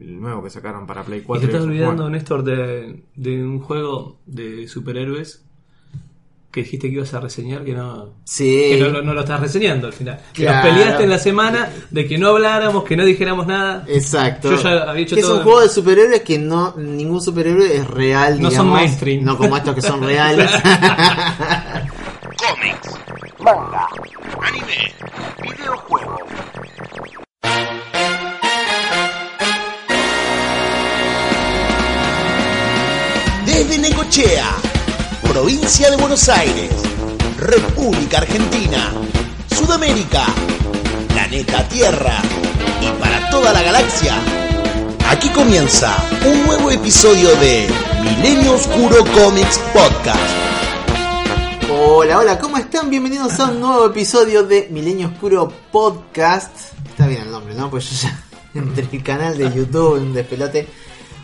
nuevo que sacaron para Play Y 4. te estás y Xbox olvidando, One. Néstor, de, de un juego de superhéroes que dijiste que ibas a reseñar que no. Sí. Que no, lo- no lo estás reseñando al final. Que nos Eh. Claro. peleaste en la semana de que no habláramos, que no dijéramos nada. Eh. Exacto. Yo ya había hecho que todo. es un juego de superhéroes que no ningún superhéroe es real. No digamos. son mainstream. No como estos que son reales. cómics, manga, anime, videojuegos. Desde Necochea, provincia de Buenos Aires, República Argentina, Sudamérica, planeta Tierra y para toda la galaxia. Aquí comienza un nuevo episodio de Milenio Oscuro Comics Podcast. hola, hola, ¿cómo están? Bienvenidos a un nuevo episodio de Milenio Oscuro Podcast. Está bien el nombre, ¿no? Pues yo ya entre el canal de YouTube, un despelote.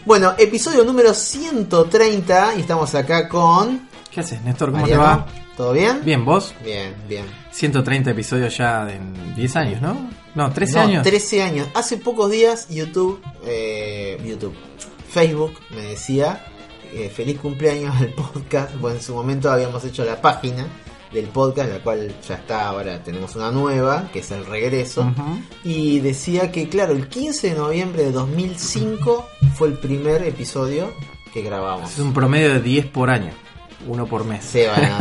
Bueno, episodio número 130 y estamos acá con... ¿Qué haces, Néstor? ¿Cómo Mariano. te va? ¿Todo bien? Bien, vos. Bien, bien. 130 episodios ya en 10 años, ¿no? No, 13 No, años. 13 años. Hace pocos días YouTube, eh, YouTube, Facebook me decía eh, feliz cumpleaños al podcast. Bueno, en su momento habíamos hecho la página del podcast, la cual ya está ahora, tenemos una nueva, que es el regreso. Ujú. Y decía que, claro, el 15 de noviembre de 2005 fue el primer episodio que grabamos. Es un promedio de 10 por año. Uno por mes. Sí, bueno,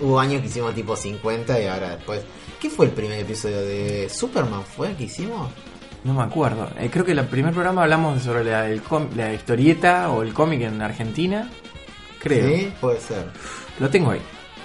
hubo años que hicimos tipo 50 y ahora después... ¿Qué fue el primer episodio de Superman? ¿Fue que hicimos? No me acuerdo. Eh, creo que en el primer programa hablamos sobre la, el com- la historieta o el cómic en Argentina. Creo. Sí, puede ser. Lo tengo ahí.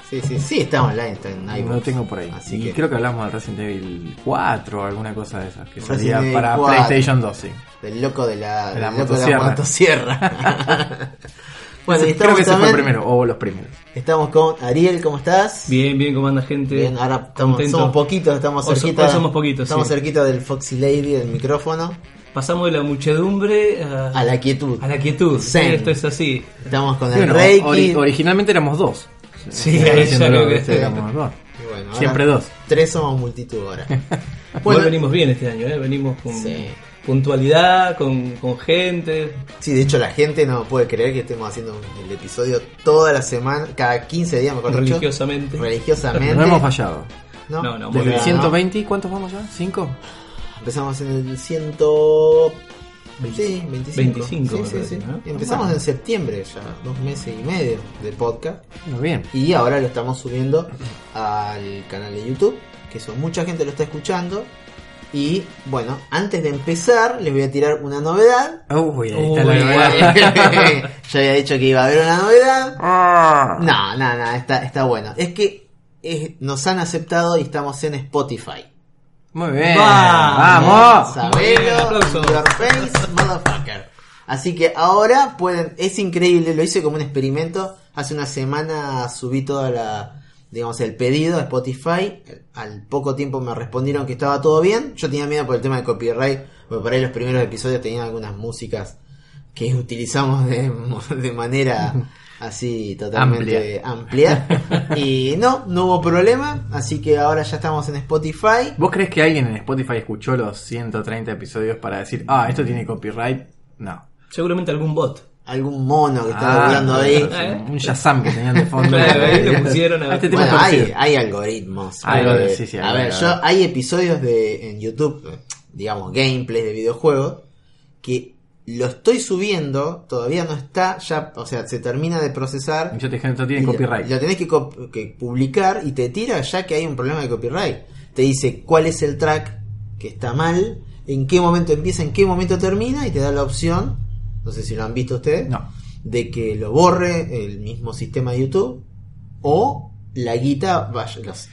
Sí, sí, sí, está online, está en iVoox. lo tengo por ahí. Así y que creo que hablamos del Resident Evil 4 o alguna cosa de esas. Que Resident salía Evil para 4. PlayStation 2, sí. del loco de la, De la del loco de la motosierra. bueno, y Ese- creo estamos, que ese fue el también- primero, o los primeros. estamos con Ariel, ¿cómo estás? Bien, bien, ¿cómo anda gente? Bien, ahora estamos, Contento. somos poquitos, estamos Hoy so- cerquita. hoy somos poquitos, Estamos sí. cerquita del Foxy Lady, del micrófono, Pasamos de la muchedumbre a, a la quietud. a la quietud. Zen. Esto es así. Estamos con el Bueno, Reiki. ori- originalmente éramos dos. Sí, Ahora ya haciéndolo, creo que- este, éramos dos. Y bueno, ahora Siempre dos. Tres somos multitud ahora. Hoy venimos bien este año, ¿eh? Venimos con Sí. puntualidad, con, con gente. Sí, de hecho la gente no puede creer que estemos haciendo el episodio toda la semana, cada 15 días, mejor dicho. Religiosamente. Religiosamente. No hemos fallado. No, No, no, muy Desde el bien. 120, ¿cuántos vamos ya? ¿Cinco? Empezamos en el 100... Sí, 25. 25, Sí, me sí, parece, sí. ¿no? Empezamos en septiembre ya, dos meses y medio de podcast. Muy bien. Y ahora lo estamos subiendo al canal de YouTube, que eso mucha gente lo está escuchando. Y bueno, antes de empezar, les voy a tirar una novedad. Uy, ahí Uy, está la novedad. Yo había dicho que iba a haber una novedad. Ah. No, no, no, está, está bueno. Es que eh, nos han aceptado y estamos en Spotify. Muy bien. Vamos. Vamos. Bien, Sabelo, aplausos. your face, motherfucker. Así que ahora pueden, es increíble, lo hice como un experimento. Hace una semana subí toda la, digamos, el pedido a Spotify. Al poco tiempo me respondieron que estaba todo bien. Yo tenía miedo por el tema del copyright, porque por ahí los primeros episodios tenían algunas músicas que utilizamos de, de manera así totalmente amplia. Y no, no hubo problema, así que ahora ya estamos en Spotify. ¿Vos crees que alguien en Spotify escuchó los 130 episodios para decir, ah, esto tiene copyright? No. Seguramente algún bot. algún mono que está Ah, laburando ahí. sí, Un Shazam que tenían de fondo. Claro, ahí lo pusieron a- A este tema Bueno, es hay, parecido. hay algoritmos. Hay porque- algoritmos, sí, sí, a hay ver, yo algoritmos. hay episodios de en YouTube, eh, digamos, gameplays de videojuegos, que lo estoy subiendo, todavía no está, ya, o sea, se termina de procesar. Yo te dije, esto y tiene lo- copyright. Lo tenés que, cop- que publicar y te tira ya que hay un problema de copyright. Te dice cuál es el track que está mal, en qué momento empieza, en qué momento termina y te da la opción, no sé si lo han visto ustedes, No. de que lo borre el mismo sistema de YouTube o la guita, vaya, los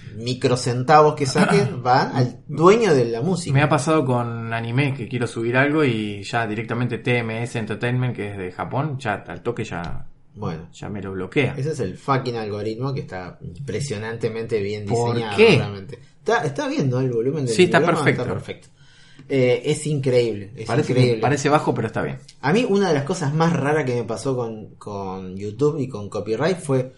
microcentavos que saquen van al dueño de la música. Me ha pasado con anime que quiero subir algo y ya directamente TMS Entertainment, que es de Japón, ya al toque ya, Bueno, ya me lo bloquea. ese es el fucking algoritmo que está impresionantemente bien ¿Por diseñado. qué? realmente. Está, está bien, ¿no? El volumen del Sí, está micrófono perfecto. perfecto. Eh, es increíble, es Parece, increíble. parece bajo, pero está bien. A mí una de las cosas más raras que me pasó con, con YouTube y con copyright fue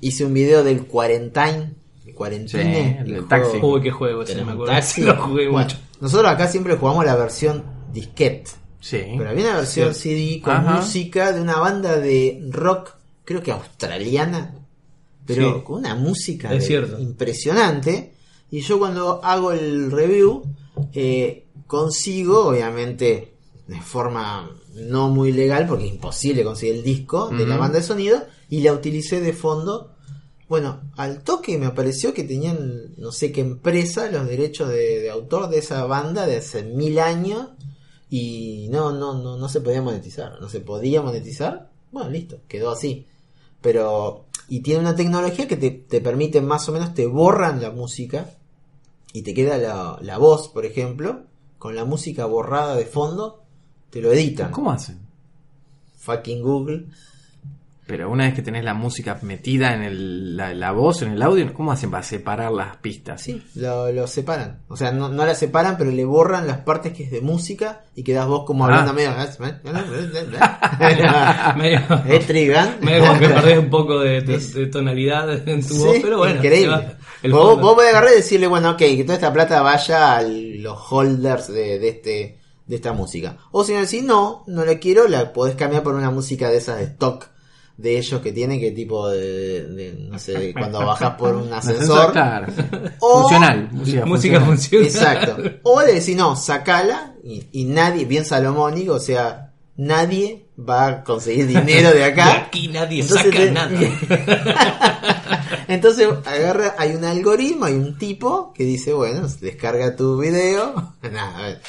hice un video del Quarantine, el Cuarentine, Sí, el del juego- taxi. Uy, qué juego, ese, me Tenemos acuerdo. taxi. Lo jugué Bueno, mucho. Nosotros acá siempre jugamos la versión disquete. ¿Eh? Sí. Pero había una versión CD con Ajá. música de una banda de rock, creo que australiana, pero Sí. con una música Es de- cierto. impresionante. Y yo cuando hago el review, eh, consigo, obviamente, de forma no muy legal, porque es imposible conseguir el disco de la Ujú. banda de sonido, y la utilicé de fondo. Bueno, al toque me apareció que tenían, no sé qué empresa, los derechos de, de autor de esa banda de hace mil años y no, no, no, no se podía monetizar, no se podía monetizar, bueno, listo, quedó así. Pero, y tiene una tecnología que te, te permite más o menos, te borran la música y te queda la, la voz, por ejemplo, con la música borrada de fondo, te lo editan. ¿Cómo hacen? Fucking Google. Pero una vez que tenés la música metida en el- la, la voz, en el audio, ¿cómo hacen para separar las pistas? Sí, lo, lo separan. O sea, no, no la separan, pero le borran las partes que es de música y quedas vos como Ah. hablando medio... medio, ¿Eh, Trigan? medio como que perdés un poco de, de- Es- de tonalidad en tu Sí, voz, pero bueno. se increíble. va el vos, fondo. vos podés agarrar y decirle, bueno, ok, que toda esta plata vaya a los holders de, de este de esta música. O si no decís, no, no la quiero, la podés cambiar por una música de esas de stock de ellos que tienen, que tipo de, de- no sé, de cuando bajas por un ascensor. Claro. O- Funcional. Música, música funcional. funciona. Exacto. O le decís, no, sacala y, y nadie, bien salomónico, o sea, nadie va a conseguir dinero de De acá. aquí nadie Entonces saca te- nada. Entonces agarra, hay un algoritmo, hay un tipo que dice, bueno, descarga tu video, nada, a ver,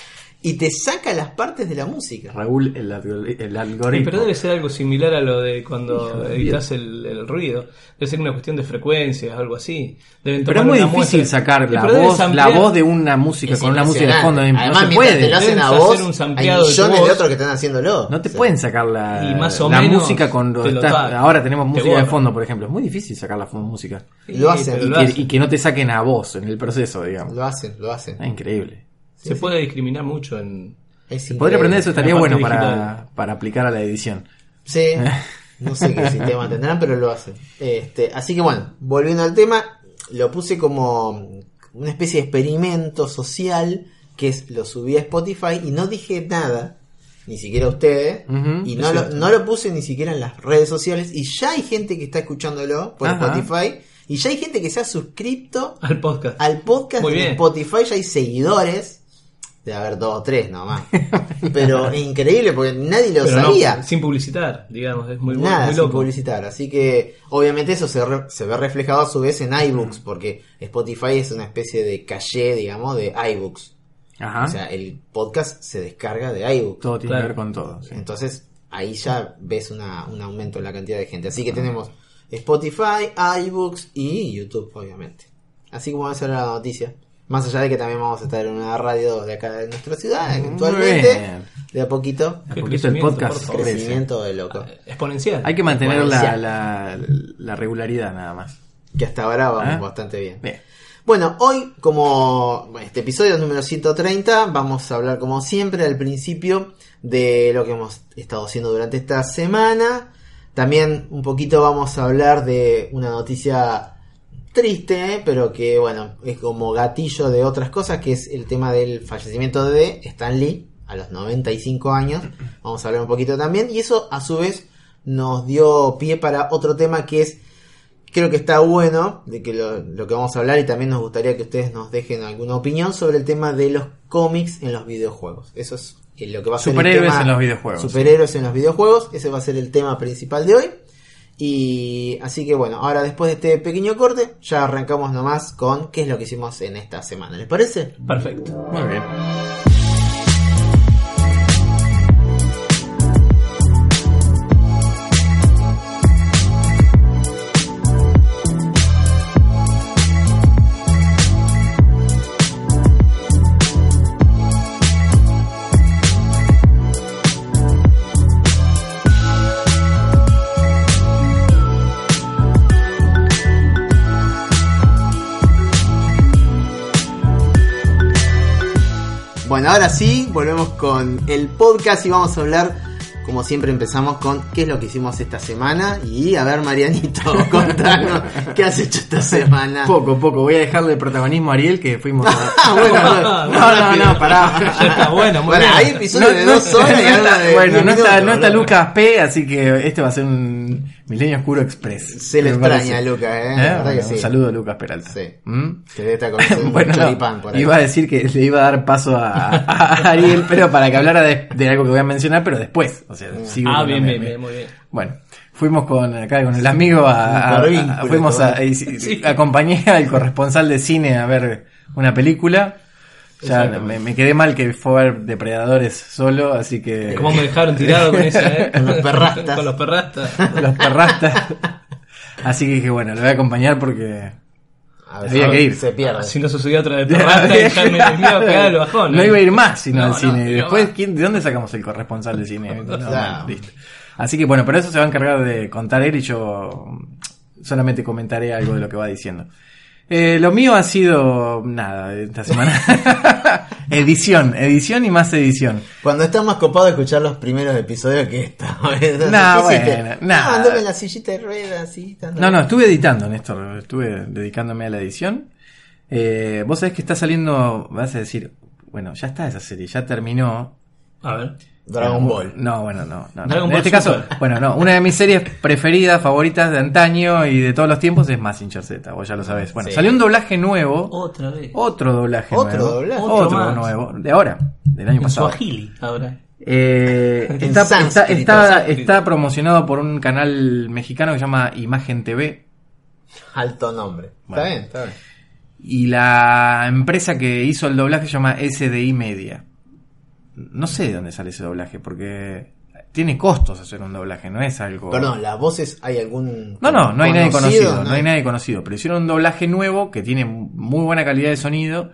y te saca las partes de la música. Raúl, el, algori- el algoritmo. Pero debe ser algo similar a lo de Hijo cuando de editas el, el ruido. Debe ser una cuestión de frecuencias, algo así. Deben Pero es tomar muy una difícil muestra. sacar Sí, la pero debes voz, la ampliar. voz de una música Es con una música de fondo. impresionante. Además, no se mientras puede. te lo hacen Deben a hacer vos, un hay sampleado de tu millones de voz. otros que están haciéndolo. No te O sea, pueden sacar la, Y más o la menos música cuando te lo estás- sacan. ahora tenemos Te música de borran. fondo, por ejemplo. Es muy difícil sacar la fu- música. Sí, Lo hacen, pero Y lo que, hacen. y que no te saquen a vos en el proceso, digamos. Lo hacen, lo hacen. Es increíble. Se puede discriminar mucho en... Es Podría increíble. aprender eso, estaría La bueno parte para, digital. para aplicar a la edición. Sí, no sé qué sistema tendrán, pero lo hacen. Este, así que bueno, volviendo al tema, lo puse como una especie de experimento social que es lo subí a Spotify y no dije nada, ni siquiera a ustedes, Ujú, y es no lo, cierto. no lo puse ni siquiera en las redes sociales y ya hay gente que está escuchándolo por Ajá. Spotify y ya hay gente que se ha suscrito al podcast. Ah, al podcast Muy de bien. Spotify ya hay seguidores. De haber dos o tres nomás. Pero es increíble porque nadie lo Pero no, sabía sin publicitar, digamos. Es muy, bu- nada muy sin loco. publicitar. Así que obviamente eso se, re- se ve reflejado a su vez en iBooks, porque Spotify es una especie de caché, digamos, de iBooks. Ajá. O sea, el podcast se descarga de iBooks. ¿Ah? todo tiene que claro. ver con todo. sí. Entonces ahí ya ves una- un aumento en la cantidad de gente. Ah. Así que tenemos Spotify, iBooks y YouTube, obviamente. Así como esa era la noticia. Más allá de que también vamos a estar en una radio de acá de nuestra ciudad, Muy eventualmente, bien. de a poquito. A Qué poquito el crecimiento, podcast por favor. crece. Crecimiento de loco. Exponencial. Hay que mantener la, Exponencial. la, la regularidad nada más. Que hasta ahora vamos ¿Ah? bastante bien. Bien. Bueno, hoy, como este episodio número 130, vamos a hablar como siempre al principio de lo que hemos estado haciendo durante esta semana. También un poquito vamos a hablar de una noticia triste, pero que bueno, es como gatillo de otras cosas, que es el tema del fallecimiento de Stan Lee a los 95 años. Vamos a hablar un poquito también. Y eso a su vez nos dio pie para otro tema que es creo que está bueno de que lo, lo que vamos a hablar y también nos gustaría que ustedes nos dejen alguna opinión sobre el tema de los cómics en los videojuegos. Eso es eh, lo que va a ser el Superhéroes tema- en los videojuegos. Superhéroes en los videojuegos, ese va a ser el tema principal de hoy. Y así que bueno, ahora después de este pequeño corte, ya arrancamos nomás con qué es lo que hicimos en esta semana. ¿Les parece? Perfecto. Muy bien. Bueno, ahora sí, volvemos con el podcast y vamos a hablar Como siempre empezamos con qué es lo que hicimos esta semana. Y a ver, Marianito, contanos qué has hecho esta semana. Poco, poco. Voy a dejarle el protagonismo a Ariel que fuimos a... Ah, bueno, No, no, no, pará. Ya está, bueno, muy Bueno, bien. hay episodios No, de no, dos horas y no ahora está- de Bueno, diez no está, minutos, no está boludo. Lucas P, así que este va a ser un Milenio Oscuro Express. Se le me extraña parece. a Lucas, ¿eh? ¿Eh? La verdad Bueno, que Un sí. saludo a Lucas Peralta. Sí. ¿Mm? Que debe estar con Bueno, un no, choripán por ahí. iba a decir que le iba a dar paso a, a Ariel, pero para que hablara de, de algo que voy a mencionar, pero después. O sea, sigo con Ah, la bien, bien, meme. bien, muy bien. Bueno, fuimos con acá con el amigo a, a- Por a- vínculo, fuimos a, todo. y- y- acompañé al corresponsal de cine a ver una película. Ya me, me quedé mal que fue a ver Depredadores solo, así que ¿Cómo me dejaron tirado con esa, eh? Con los perrastas. con los perrastas. los perrastas. Así que dije, bueno, lo voy a acompañar porque A veces Había que ir. Se pierde. Si no sucedió otra de perrastas, y ya me me iba a pegar el bajón. eh. No eh. iba a ir más sino No, al no, cine. no Después, va. ¿quién- ¿de dónde sacamos el corresponsal de cine? No, Claro. listo. Así que bueno, pero eso se va a encargar de contar él y yo solamente comentaré algo de lo que va diciendo. Eh, lo mío ha sido nada esta semana. edición, edición y más edición. Cuando estás más copado de escuchar los primeros episodios que esta. ¿verdad? No, ¿Qué hiciste? bueno, No, nada. andame en la sillita de ruedas, así. tanto. No, no, estuve editando, Néstor. Estuve dedicándome a la edición. Eh, Vos sabés que está saliendo, vas a decir, bueno, ya está esa serie, ya terminó. A ver. Dragon Ball. No, bueno, no. no, no. Dragon en Ball este Super. caso, bueno, no. Una de mis series preferidas, favoritas de antaño y de todos los tiempos es Massinger Z, vos ya lo sabés. Bueno, Sí. salió un doblaje nuevo. Otra vez. Otro doblaje Otro nuevo. doblaje. Otro, Otro más. nuevo. De ahora, del año en pasado. Swahili, ahora. Eh, En está, está- sánscrito, está- sánscrito. está promocionado por un canal mexicano que se llama Imagen TV. Alto nombre. Bueno. Está bien, está bien. Y la empresa que hizo el doblaje se llama SDI Media. No sé de dónde sale ese doblaje, porque tiene costos hacer un doblaje, no es algo... Perdón, las voces, ¿hay algún. No, no, no hay nadie conocido, no hay nadie- nadie conocido, pero hicieron un doblaje nuevo que tiene muy buena calidad de sonido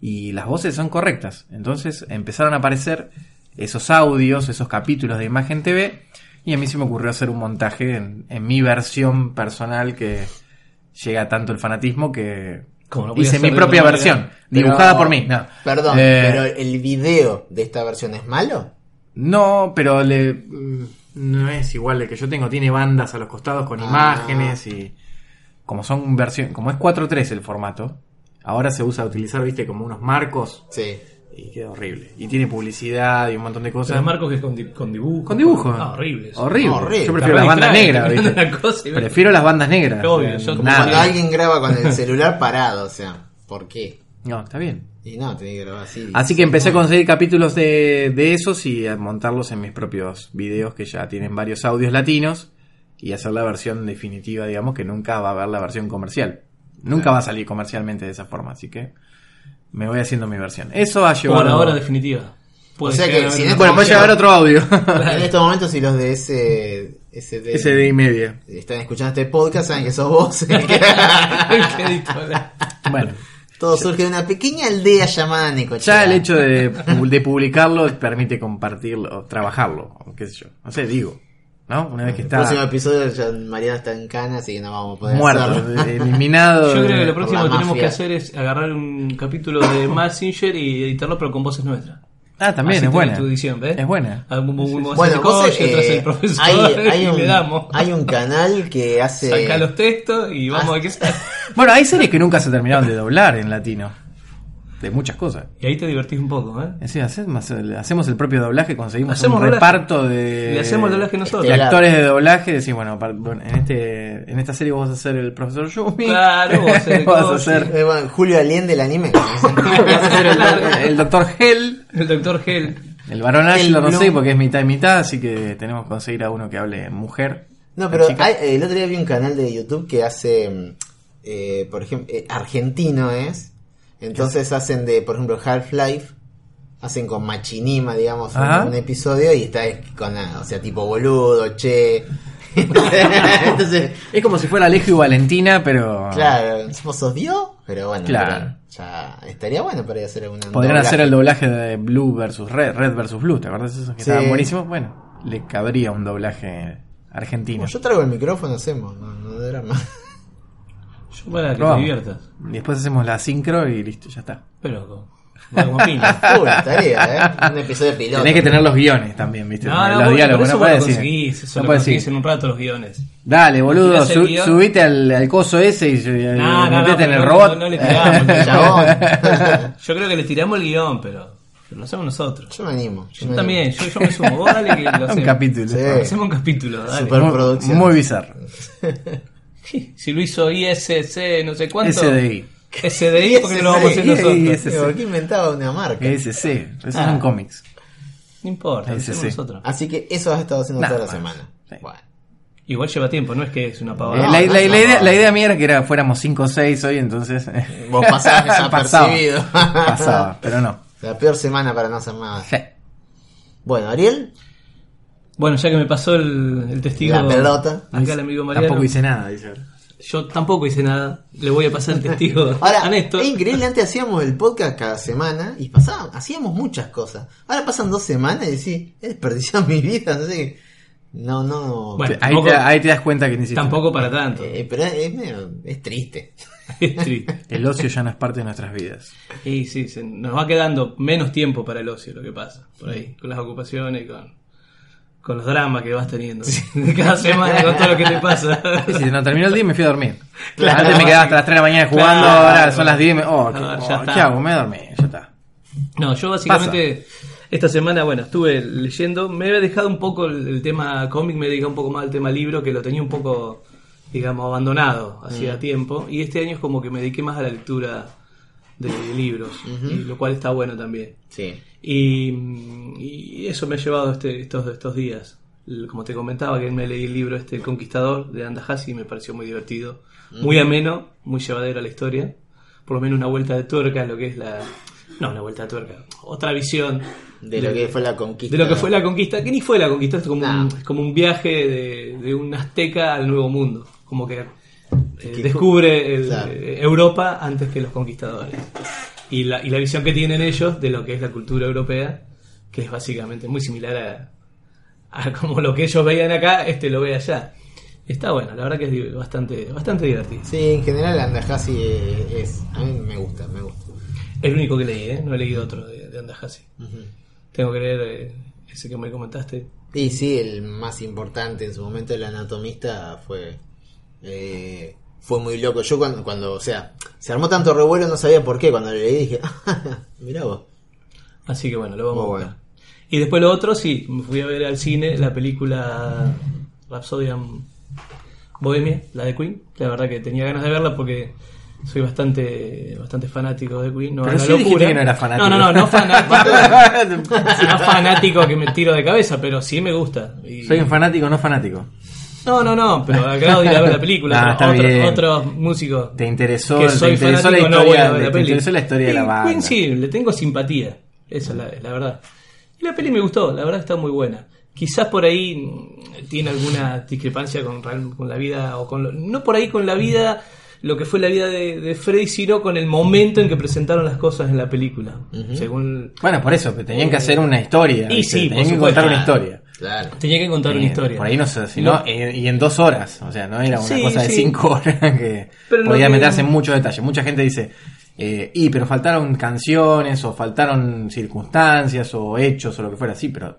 y las voces son correctas. Entonces empezaron a aparecer esos audios, esos capítulos de Imagen TV y a mí se me ocurrió hacer un montaje en, en mi versión personal que llega tanto el fanatismo que Como no podía hice ser mi de propia otra versión, manera. dibujada Pero- por mí. No, Perdón, Eh, pero el video de esta versión es malo. no, pero le, mm, no es igual el que yo tengo. Tiene bandas a los costados con Ah. imágenes y como son versión, como es 4.3 el formato. Ahora se usa utilizar, viste, como unos marcos Sí. y queda horrible. Y tiene publicidad y un montón de O sea, cosas. Marcos que es con, di- con dibujo. con dibujo. Ah, horrible. eso. Horrible. Horrible. Yo prefiero Capaz las bandas distrae, negras, termina viste. una cosa y- Prefiero las bandas negras. Obvio, O sea, yo como Como nada. cuando alguien graba con el celular parado, o sea, ¿por qué? No, está bien. Y no, tenía que grabar así. Así que empecé a conseguir capítulos de, de esos y a montarlos en mis propios videos que ya tienen varios audios latinos y hacer la versión definitiva, digamos, que nunca va a haber la versión comercial. Nunca va a salir comercialmente de esa forma, así que me voy haciendo mi versión. Eso va a Como llevar... la hora definitiva. Puede O sea llegar que a si este haber una no- Bueno, puede llegar otro audio. En estos momentos, si los de ese. Ese de. Ese de y media. Están escuchando este podcast, saben que sos vos. Qué editorial. Bueno, Todo surge de una pequeña aldea llamada Necochea. ya el hecho de, de publicarlo permite compartirlo, trabajarlo, o qué sé yo. No sé, digo, ¿no? Una vez que El está próximo episodio ya Mariana está en cana, así que no vamos a poder muerto, hacerlo. eliminado... Yo creo de- que lo próximo la que tenemos mafia. que hacer es agarrar un capítulo de Massinger y editarlo, pero con voces nuestras. Ah, también Así es tiene buena. tu edición, ¿ves? Es buena. Algún Bueno, vos, eh, el profesor hay, hay y un, le damos. hay un canal que hace. Saca los textos y vamos Ah. a ver qué sale. Bueno, hay series que nunca se terminaron de doblar en latino. De muchas cosas. Y ahí te divertís un poco, ¿eh? Es decir, hacemos, hacemos el propio doblaje, conseguimos Hacemos un doblaje. reparto de, Le hacemos el doblaje nosotros. de actores de doblaje. Decís, bueno, par- bueno, en este en esta serie vos vas a ser el profesor Yumi. Claro, vos vas a ser el Vas a Goshi. ser- Eh, bueno, Julio Alien del anime. vas a ser el, el doctor Hell. El doctor Hell. El varón El Ashlo, no sé, Blum. porque es mitad y mitad, así que tenemos que conseguir a uno que hable mujer. No, pero Chica. hay- el otro día vi un canal de YouTube que hace, mm, eh, por ejemplo, eh, argentino es. Entonces hacen de, por ejemplo, Half-Life. Hacen con Machinima, digamos, un- Ajá. un, episodio y está es- con, ah, o sea, tipo boludo, che. Entonces, Es como si fuera Alejo y Valentina, pero claro, vos sos Dios, pero bueno, Ah. Claro. pero ya estaría bueno para ir a hacer alguna. Podrían hacer el doblaje de Blue versus Red, Red versus Blue, ¿te acuerdas de esos que Sí. estaban buenísimos? Bueno, le cabría un doblaje argentino. Yo traigo el micrófono, hacemos, no, no hay drama. Yo para que te Probamos. diviertas. Y Después hacemos la sincro y listo, ya está. Pero Bueno, como opina. Uy, tarea, ¿eh? Un episodio piloto. Tenés que tener los guiones también, ¿viste? No, no, los bueno, pero diálogos, eso no vos lo puedes decir. conseguís, eso No lo puedes conseguís decir. Eh, en un rato los guiones. Dale, boludo, Imaginás el su- guión. subite al, al coso ese y, su- y no, no, metete en pero el no- robot. no le tiramos, El Chabón. Yo creo que le tiramos el guión, pero, pero no somos nosotros. Yo me animo. Yo me también, yo, yo me sumo, vos dale que lo hacemos. un capítulo. Sí. Hacemos un capítulo, dale. Super. Muy- Producción. Muy bizarro. Si lo hizo ISC, no sé cuánto. SDI. SDI, porque no lo vamos a hacer SDI. nosotros. ese Eh, Digo, sí. ¿Qué inventaba una marca? SC. Esos Ah. son cómics. No importa, lo Ese hacemos sí. nosotros. Así que eso has estado haciendo Nah, toda la bueno. semana. Sí. Bueno. Igual lleva tiempo, no es que es una Eh, pavada. la, no, la- no, la no. idea, la idea mía era que era- fuéramos 5 o 6 hoy, entonces. Vos pasabas desapercibido. Pasaba, pasaba, pero no. La peor semana para no hacer nada. Sí. Bueno, Ariel, Bueno, ya que me pasó el, el testigo. La pelota. Acá el amigo Mariano. Tampoco hice nada, dice. Yo tampoco hice nada. Le voy a pasar el testigo ahora a Ah, Néstor. es increíble, antes hacíamos el podcast cada semana y pasaban, hacíamos muchas cosas. Ahora pasan dos semanas y decís, he desperdiciado mi vida, no sé qué. No, no. Bueno, ahí, tampoco- te, ahí te das cuenta que ni siquiera. Tampoco para tanto. Eh, pero es, medio- es triste. Es triste. El ocio ya no es parte de nuestras vidas. Y sí, se- nos va quedando menos tiempo para el ocio, lo que pasa. Por ahí, con las ocupaciones, con, con los dramas que vas teniendo. Cada semana, con todo lo que te pasa. Sí, sí, no terminó el día y me fui a dormir. Claro. Antes me quedaba hasta las 3 de la mañana jugando, Claro. ahora son las 10 y me... Oh, qué, Ah, ya oh, está. ¿qué hago? Me dormí, ya está. No, yo básicamente esta semana, bueno, estuve leyendo, me había dejado un poco el, el tema cómic, me he dedicado un poco más al tema libro, que lo tenía un poco, digamos, abandonado hacía tiempo, y este año es como que me dediqué más a la lectura de libros, y lo cual está bueno también. Sí. Y, y eso me ha llevado este- estos, estos días. L- Como te comentaba, que me leí el libro este, El Conquistador, de Andahasi, y me pareció muy divertido. Muy ameno, muy llevadero a la historia. Por lo menos una vuelta de tuerca, lo que es la... No, una vuelta de tuerca. Otra visión De lo que fue la conquista. de lo que fue la conquista, que ni fue la conquista, es como, Nah. un, es como un viaje de, de un azteca al nuevo mundo. Como que eh, que- descubre el- Claro. eh, Europa antes que los conquistadores. Y la, y la visión que tienen ellos de lo que es la cultura europea, que es básicamente muy similar a, a como lo que ellos veían acá, este lo ve allá. Está bueno, la verdad que es di- bastante, bastante divertido. Sí, en general Andajasi es, es- A mí me gusta, me gusta. El único que leí, ¿eh? no he leído otro de, de Andahasi. Tengo que leer eh, ese que me comentaste. Y sí, el más importante en su momento, el anatomista, fue. eh, fue muy loco. Yo cuando, cuando, o sea, se armó tanto revuelo, no sabía por qué. Cuando lo leí dije, "Ah, mirá vos. Así que bueno, lo vamos Muy a buscar. bueno. Y después lo otro, sí, me fui a ver al cine la película Rhapsodian Bohemia, la de Queen. La verdad que tenía ganas de verla porque soy bastante bastante fanático de Queen. No, Pero es una sí dijiste locura. que no era fanático. No, no, no, no fanático. no fanático que me tiro de cabeza, pero sí me gusta. Y- Soy un fanático, no fanático. No, no, no, pero al grado de ir a ver la película. Ah, está otros, bien. otros músicos. Te interesó, que te soy interesó la fanático, no voy historia, a ver te la peli. interesó la historia de la Y banda. Queen sí, le tengo simpatía. Esa es la, es la verdad. Y la peli me gustó, la verdad está muy buena. Quizás por ahí mm, tiene alguna discrepancia con, real- con la vida, o con lo- no por ahí con la vida, lo que fue la vida de, de Freddy, sino con el momento en que presentaron las cosas en la película. Según Bueno, por eso, pero tenían que hacer una historia. Y ¿viste? sí, por tenían que supuesto. contar una historia. Claro. tenía que contar una Eh, historia. Por ahí no sé, si no, eh, y en dos horas. O sea, no era una Sí, cosa de sí. cinco horas que Pero lo podía que- meterse en muchos detalles. Mucha gente dice, eh, y pero faltaron canciones, o faltaron circunstancias, o hechos, o lo que fuera. Sí, pero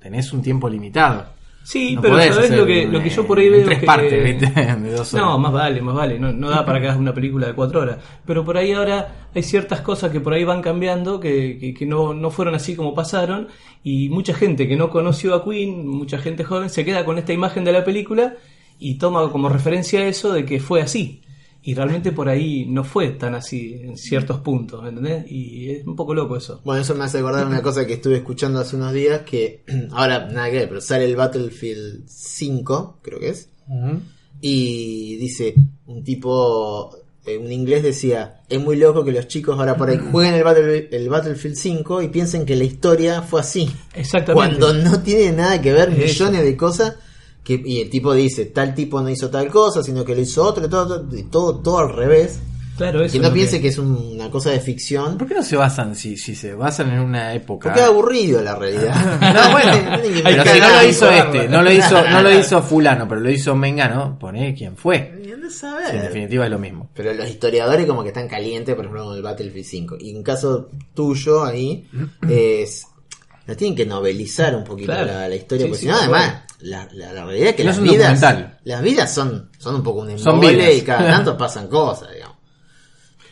tenés un tiempo limitado. Sí, No pero podés ¿sabés hacer, lo que, lo que yo por ahí eh, veo? en tres que- partes, ¿viste? De dos horas. No, más vale, más vale. No, no da para que hagas una película de cuatro horas. Pero por ahí ahora hay ciertas cosas que por ahí van cambiando, que, que- que no, no fueron así como pasaron. Y mucha gente que no conoció a Queen, mucha gente joven, se queda con esta imagen de la película y toma como referencia eso de que fue así. Y realmente por ahí no fue tan así en ciertos puntos, ¿me entendés? Y es un poco loco eso. Bueno, eso me hace acordar una cosa que estuve escuchando hace unos días, que ahora nada que ver, pero sale el Battlefield 5, creo que es, Ujú. y dice un tipo, eh, un inglés decía, es muy loco que los chicos ahora por ahí jueguen el, Battle- el Battlefield 5 y piensen que la historia fue así, Exactamente. cuando no tiene nada que ver Eso. millones de cosas. Que, y el tipo dice, tal tipo no hizo tal cosa, sino que lo hizo otro, y todo, todo, y todo, todo al revés. Claro, eso Que es no lo piense que es un- una cosa de ficción. ¿Por qué no se basan si, si se basan en una época? Porque es aburrido la realidad. No, bueno, Tienen que pero inventar si no lo algo. hizo este, no lo hizo, no lo hizo fulano, pero lo hizo Mengano, poné quién fue. Anda a Si en saber. definitiva es lo mismo. Pero los historiadores como que están calientes, por ejemplo, con el Battlefield 5. Y en caso tuyo ahí, es... Lo tienen que novelizar un poquito Claro. la, la historia, Sí, porque sí, si no, por además, la, la- la realidad es que No las es un vidas... documental. Las vidas son, son un poco un Son embole vidas. y cada tanto pasan cosas, digamos.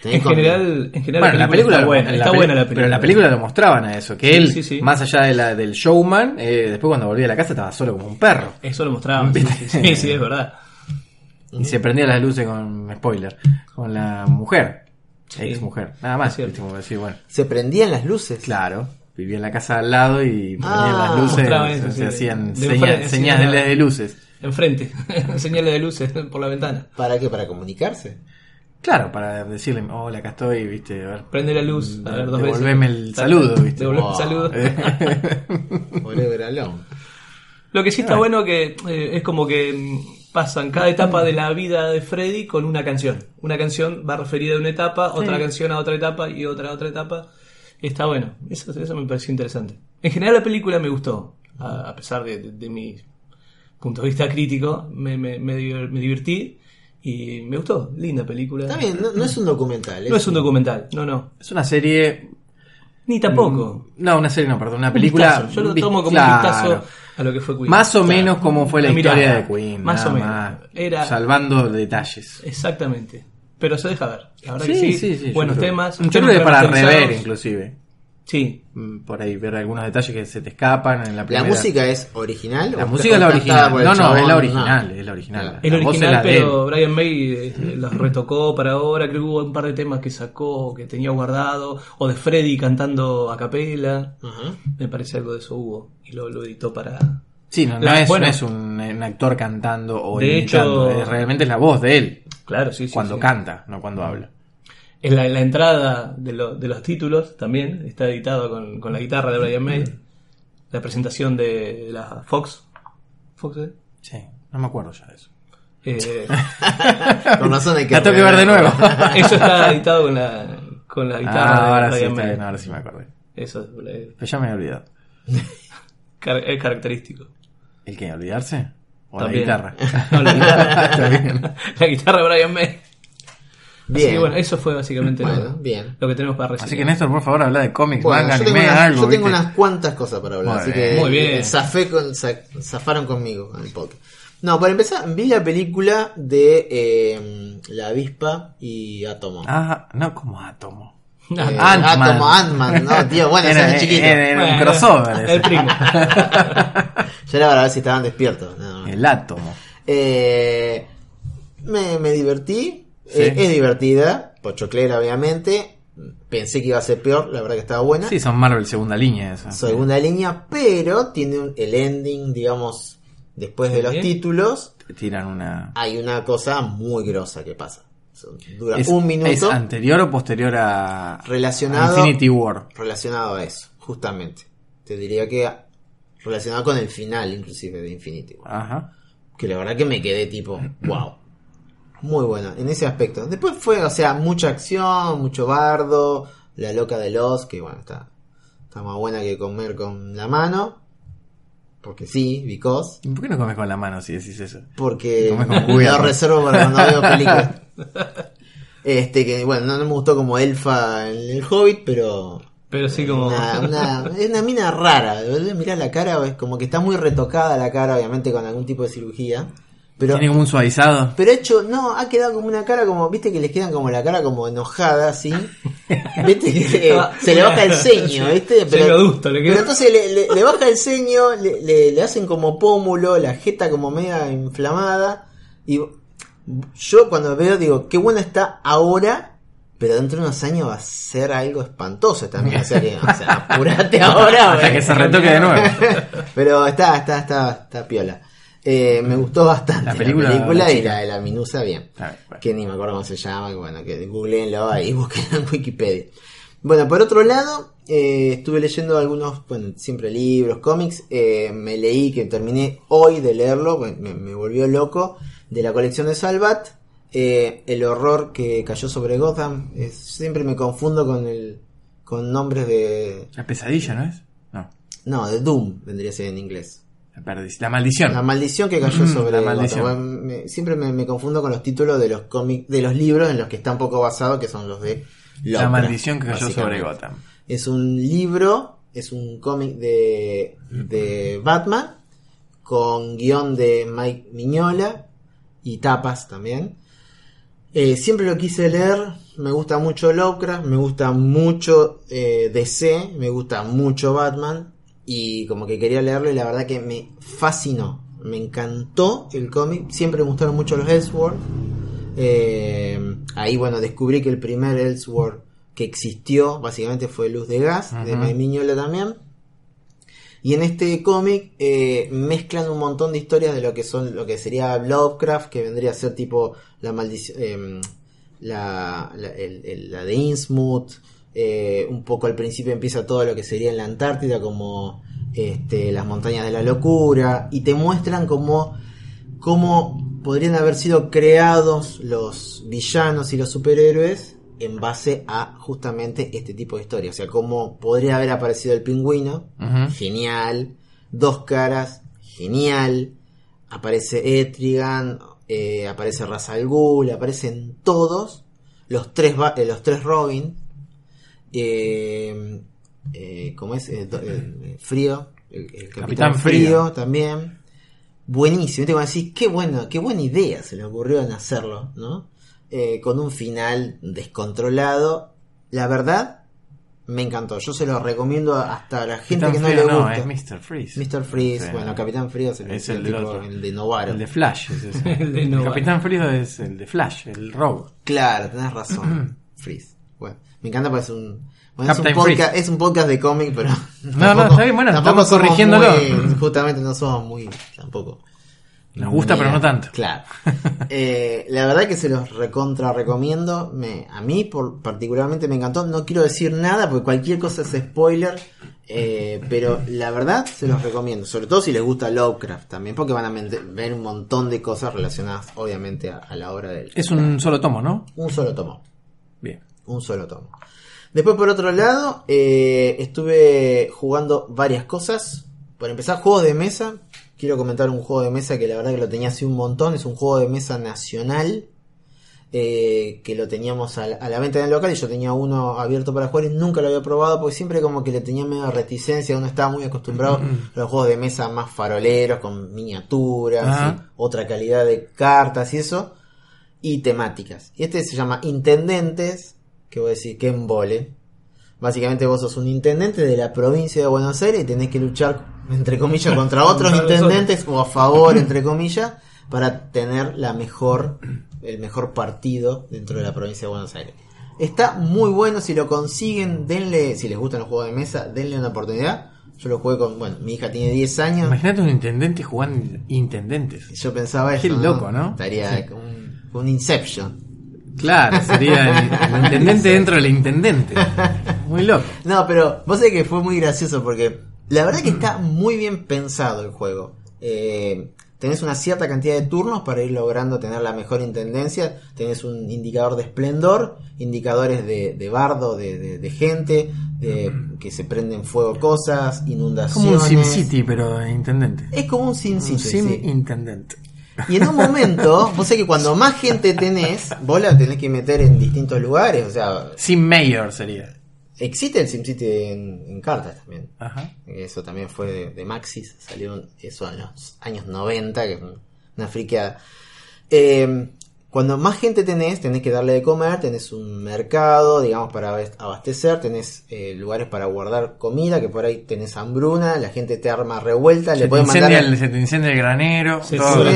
Tenés En con- general, en general Bueno, la película está lo- buena, la está peli- buena la película. Pero en la película lo mostraban a eso, que Sí, él, sí, sí. más allá de la, del showman, eh, después cuando volvía a la casa estaba solo como un perro. Eso lo mostraban. sí, sí, sí, sí, es verdad. Y se prendía las luces con, spoiler, con la mujer, ex mujer, nada más. es cierto. viste, como decir, bueno, Se prendían las luces. claro, vivía en la casa al lado y prendían Ah, las luces, mostraban eso, se, sí. hacían De señas- enfrente, señales hacían- de luces. Enfrente, señales de luces por la ventana. ¿Para qué? ¿Para comunicarse? Claro, para decirle, hola, acá estoy, viste, a ver. Prende la luz, a ver, dos veces. Devolveme el saludo, viste. Eh. Devolveme Wow. el saludo. Forever alone. Lo que sí Ah. está bueno que eh, es como que mm, pasan cada etapa de la vida de Freddy con una canción. Una canción va referida a una etapa, otra canción a otra etapa y otra a otra etapa. Está bueno. Eso, eso me pareció interesante. En general la película me gustó, a, a pesar de, de- de mi punto de vista crítico. Me, me- me divir- me divirtí y me gustó. Linda película. Está bien, no, no es un documental. No es un documental, no, no. Es una serie. Ni tampoco. No, una serie, no, perdón, una Un Mm. película. vistazo. Yo lo un vis- tomo como claro. un vistazo a lo que fue Queen. Más o Claro. menos como fue la Una historia mirada, de Queen. Más nada o menos. más. Era- Salvando detalles. Exactamente. Pero se deja ver. La verdad que sí. Buenos yo creo- temas. Yo temas creo que para remasterizados. rever, inclusive. Sí. Mm, Por ahí ver algunos detalles que se te escapan en la ¿La primera. música es original? La ¿O música es está- la o cantada original. por el No, no, es la chabón? original. No. Es la original. El La voz es original, la de él. Mm. pero Brian May eh, los retocó para ahora. Creo que hubo un par de temas que sacó, que tenía guardado. O de Freddy cantando a capela. Ajá. Me parece algo de eso hubo. Y lo, lo editó para. Sí, no, no La- es, bueno. no es un, un actor cantando o De imitando, hecho- es- realmente es la voz de él Claro, sí, sí. cuando sí. canta, no cuando habla. En la, en la entrada de, lo- de los títulos también está editado con, con la guitarra de Brian May. La presentación de la Fox. ¿Fox, eh? Sí, no me acuerdo ya de eso. Eh, Con razón hay que. La tengo que ver de nuevo. Eso está editado con la, con la guitarra Ah, de ahora sí, Brian está May. bien, ahora sí me acordé. Eso eh, Pero ya me había olvidado. car- es, característico. ¿El qué? ¿Olvidarse? ¿O También. la guitarra? No, la Está bien. guitarra. la guitarra de Brian May. Así Bien. que bueno, eso fue básicamente Bueno, lo, bien. lo que tenemos para recibir. Así que este Néstor, por favor, habla de cómics, Bueno, manga, yo tengo, anime, unas, algo. yo tengo ¿viste? unas cuantas cosas para hablar, Muy así bien. que Muy bien. eh, zafé con, za- zafaron conmigo en el podcast. No, para empezar, vi la película de eh, La Avispa y Átomo. Ah, no como Átomo. No, Eh, no. Ant-Man. Átomo, Ant-Man, no, tío, bueno, ese era, es chiquito. era- era un Bueno, crossover. El ese. primo. Ya era para ver si estaban despiertos. no, no. El átomo. Eh, me, me divertí. Sí. Eh, es divertida. Pochoclera, obviamente. Pensé que iba a ser peor. La verdad que estaba buena. Sí, son Marvel segunda línea esa. Segunda línea, pero tiene un- el ending, digamos, después de los Bien. títulos. Te tiran una... Hay una cosa muy grosa que pasa. Son- Dura Es- un ¿Es minuto anterior o posterior a Relacionado- Infinity War? relacionado a eso, justamente. Te diría que relacionado con el final, inclusive, de Infinity War. Ajá. que la verdad que me quedé tipo, wow. Muy buena, en ese aspecto. Después fue, o sea, mucha acción, mucho bardo, la loca de los, que bueno, está, está más buena que comer con la mano. Porque sí, because. ¿Y ¿Por qué no comes con la mano si decís eso? Porque Comes con lo cuidado. reservo para cuando veo películas. Este, que bueno, no, no me gustó como elfa en el Hobbit, pero... Pero sí como... Ah, Una, una- es una mina rara, ¿verdad? mirá la cara, es como que está muy retocada la cara, obviamente con algún tipo de cirugía. Pero Tiene como un suavizado. pero hecho, no, ha quedado como una cara como, viste que les quedan como la cara como enojada, así. Viste que eh, Ah, se le baja el ceño, Sí, viste. ceño adusto le queda. pero entonces le, le- le baja el ceño, le, le- le hacen como pómulo, la jeta como media inflamada. Y yo cuando veo digo, qué buena está ahora, pero dentro de unos años va a ser algo espantoso también. O sea que, o sea, apurate Oh, ahora. Hasta eh. güey. que se retoque de nuevo. Pero está, está, está, está piola. Eh, me gustó bastante La película, la y chica. la de la minusa bien. A ver, bueno. Que ni me acuerdo cómo se llama, que bueno, que googleenlo ahí, busquen en Wikipedia. Bueno, por otro lado, eh, estuve leyendo algunos, bueno, siempre libros, cómics, eh, me leí que terminé hoy de leerlo, me, me- me volvió loco, de la colección de Salvat, eh, el horror que cayó sobre Gotham. Es- siempre me confundo con el con nombres de La pesadilla, ¿no es? No. no de Doom vendría a ser en inglés. La, perdic- la maldición. La maldición que cayó sobre La Gotham. maldición. Bueno, me- siempre me, me confundo con los títulos de los cómics de los libros en los que está un poco basado que son los de La Lovecraft, maldición que cayó sobre básicamente. Gotham. Es un libro, es un cómic de, de Batman, con guión de Mike Miñola y tapas también. Eh, siempre lo quise leer, me gusta mucho Lovecraft, me gusta mucho eh, DC, me gusta mucho Batman y como que quería leerlo y la verdad que me fascinó, me encantó el cómic, siempre me gustaron mucho los Elseworlds. Eh, ahí, bueno, descubrí que el primer Elseworld que existió básicamente fue Luz de Gas, de Ujú. Mike Mignola también. Y en este cómic eh, mezclan un montón de historias de lo que son lo que sería Lovecraft, que vendría a ser tipo la maldición, em, la, la- el- el- la de Innsmouth. eh, un poco al principio empieza todo lo que sería en la Antártida, como este, las montañas de la locura, y te muestran como cómo podrían haber sido creados los villanos y los superhéroes en base a justamente este tipo de historia. O sea, cómo podría haber aparecido el pingüino, Ujú. genial. Dos caras, genial. Aparece Etrigan, eh, aparece Razal Ghul, aparecen todos. Los tres, ba- eh, los tres Robin. Eh, eh, ¿Cómo es? Eh, do- eh, frío. El, el Capitán, Capitán frío, Frío. también. Buenísimo. Te van a decir, qué, bueno, qué buena idea se le ocurrió en hacerlo, ¿no? Eh, con un final descontrolado. La verdad, me encantó. Yo se lo recomiendo hasta a la gente Capitán que no Frío, le gusta. es Mr. Freeze. Mr. Freeze, Sí. bueno, Capitán Frío es el, Es el el tipo- del otro. el de Novaro. El de Flash es ese. El de El Nova. Capitán Frío es el de Flash, el robo. Claro, tenés razón. Freeze. Bueno, me encanta porque es un. bueno, es, un Captain podcast, Freeze. es un podcast de cómic, pero. No, no, está bien, bueno, tampoco estamos somos corrigiéndolo. muy- justamente no somos muy. Tampoco. Nos gusta, pero no tanto. Claro. Eh, la verdad que se los recontra recomiendo. Me, a mí por, particularmente me encantó. No quiero decir nada porque cualquier cosa es spoiler. eh, pero la verdad se los recomiendo. Sobre todo si les gusta Lovecraft también. Porque van a mente- ver un montón de cosas relacionadas obviamente a, a la obra de él. Es un solo tomo, ¿no? Un solo tomo. Bien. Un solo tomo. Después por otro lado eh, estuve jugando varias cosas. Por empezar, juegos de mesa. Quiero comentar un juego de mesa que la verdad que lo tenía hace un montón. Es un juego de mesa nacional. eh, que lo teníamos a la, a la venta en el local y yo tenía uno abierto para jugar y nunca lo había probado porque siempre como que le tenía medio de reticencia, uno estaba muy acostumbrado a los juegos de mesa más faroleros, con miniaturas, Ajá. y otra calidad de cartas y eso y temáticas. Y este se llama Intendentes, que voy a decir que embole. Básicamente vos sos un intendente de la provincia de Buenos Aires y tenés que luchar, entre comillas, contra otros Contra los intendentes o a favor, entre comillas, para tener la mejor, el mejor partido dentro de la provincia de Buenos Aires. Está muy bueno, si lo consiguen, denle, si les gustan los juegos de mesa, denle una oportunidad. Yo lo jugué con, bueno, mi hija tiene 10 años, Imagínate un intendente jugando intendentes. yo pensaba Qué eso, loco, ¿no? Estaría Sí. un, un Inception. Claro, sería el, el intendente dentro del intendente. Muy loco. No, pero vos sabés que fue muy gracioso porque la verdad que está muy bien pensado el juego. Eh, tenés una cierta cantidad de turnos para ir logrando tener la mejor intendencia. Tenés un indicador de esplendor, indicadores de, de bardo, de, de- de gente, de que se prenden fuego cosas, Es como un inundaciones. SimCity, pero de intendente. Es como un Sim Un City. Sim sí. intendente. Y en un momento, vos sabés que cuando más gente tenés, vos la tenés que meter en distintos lugares. O sea, Sim mayor sería. existe el SimCity en, en cartas también. Ajá. Eso también fue de, de Maxis, salió un- eso en los años 90, que es un- una friqueada. Eh, cuando más gente tenés, tenés que darle de comer, tenés un mercado, digamos, para abas- abastecer, tenés eh, lugares para guardar comida, que por ahí tenés hambruna, la gente te arma revuelta, Se le te, podés incendia mandar... el, se te incendia el granero. Se todo. sube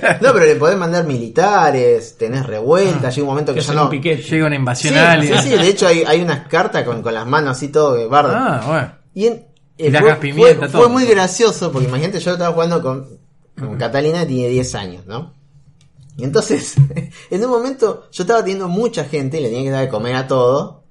no, pero le podés mandar militares, tenés revuelta, Ah. llega un momento que, Que ya hacen no... un piquete. Llega una Sí, invasión sí, alien. sí, de hecho hay, hay unas cartas con, con las manos así todo, eh, bardo. Ah, bueno. Y en, eh, Y la fue, gas pimienta, fue- todo. fue muy gracioso, porque imagínate, yo estaba jugando con, con Catalina, tiene 10 años, ¿no? Y entonces, en un momento, yo estaba teniendo mucha gente y le tenía que dar de comer a todo.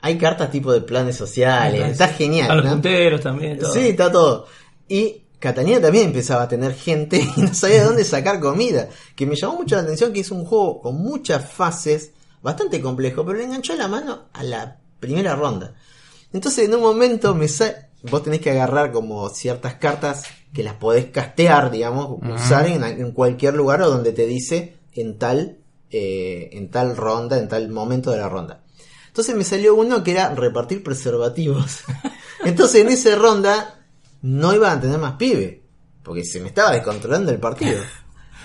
Hay cartas tipo de planes sociales, está genial. A los ¿no? punteros también. todo. Sí, está todo. Y Catania también empezaba a tener gente y no sabía de dónde sacar comida. Que me llamó mucho la atención que es un juego con muchas fases, bastante complejo, pero le enganchó la mano a la primera ronda. Entonces en un momento me sa- vos tenés que agarrar como ciertas cartas que las podés castear, digamos, usar en, en cualquier lugar o donde te dice en tal, eh, en tal ronda, en tal momento de la ronda. Entonces me salió uno que era repartir preservativos. Entonces en esa ronda no iban a tener más pibe, porque se me estaba descontrolando el partido.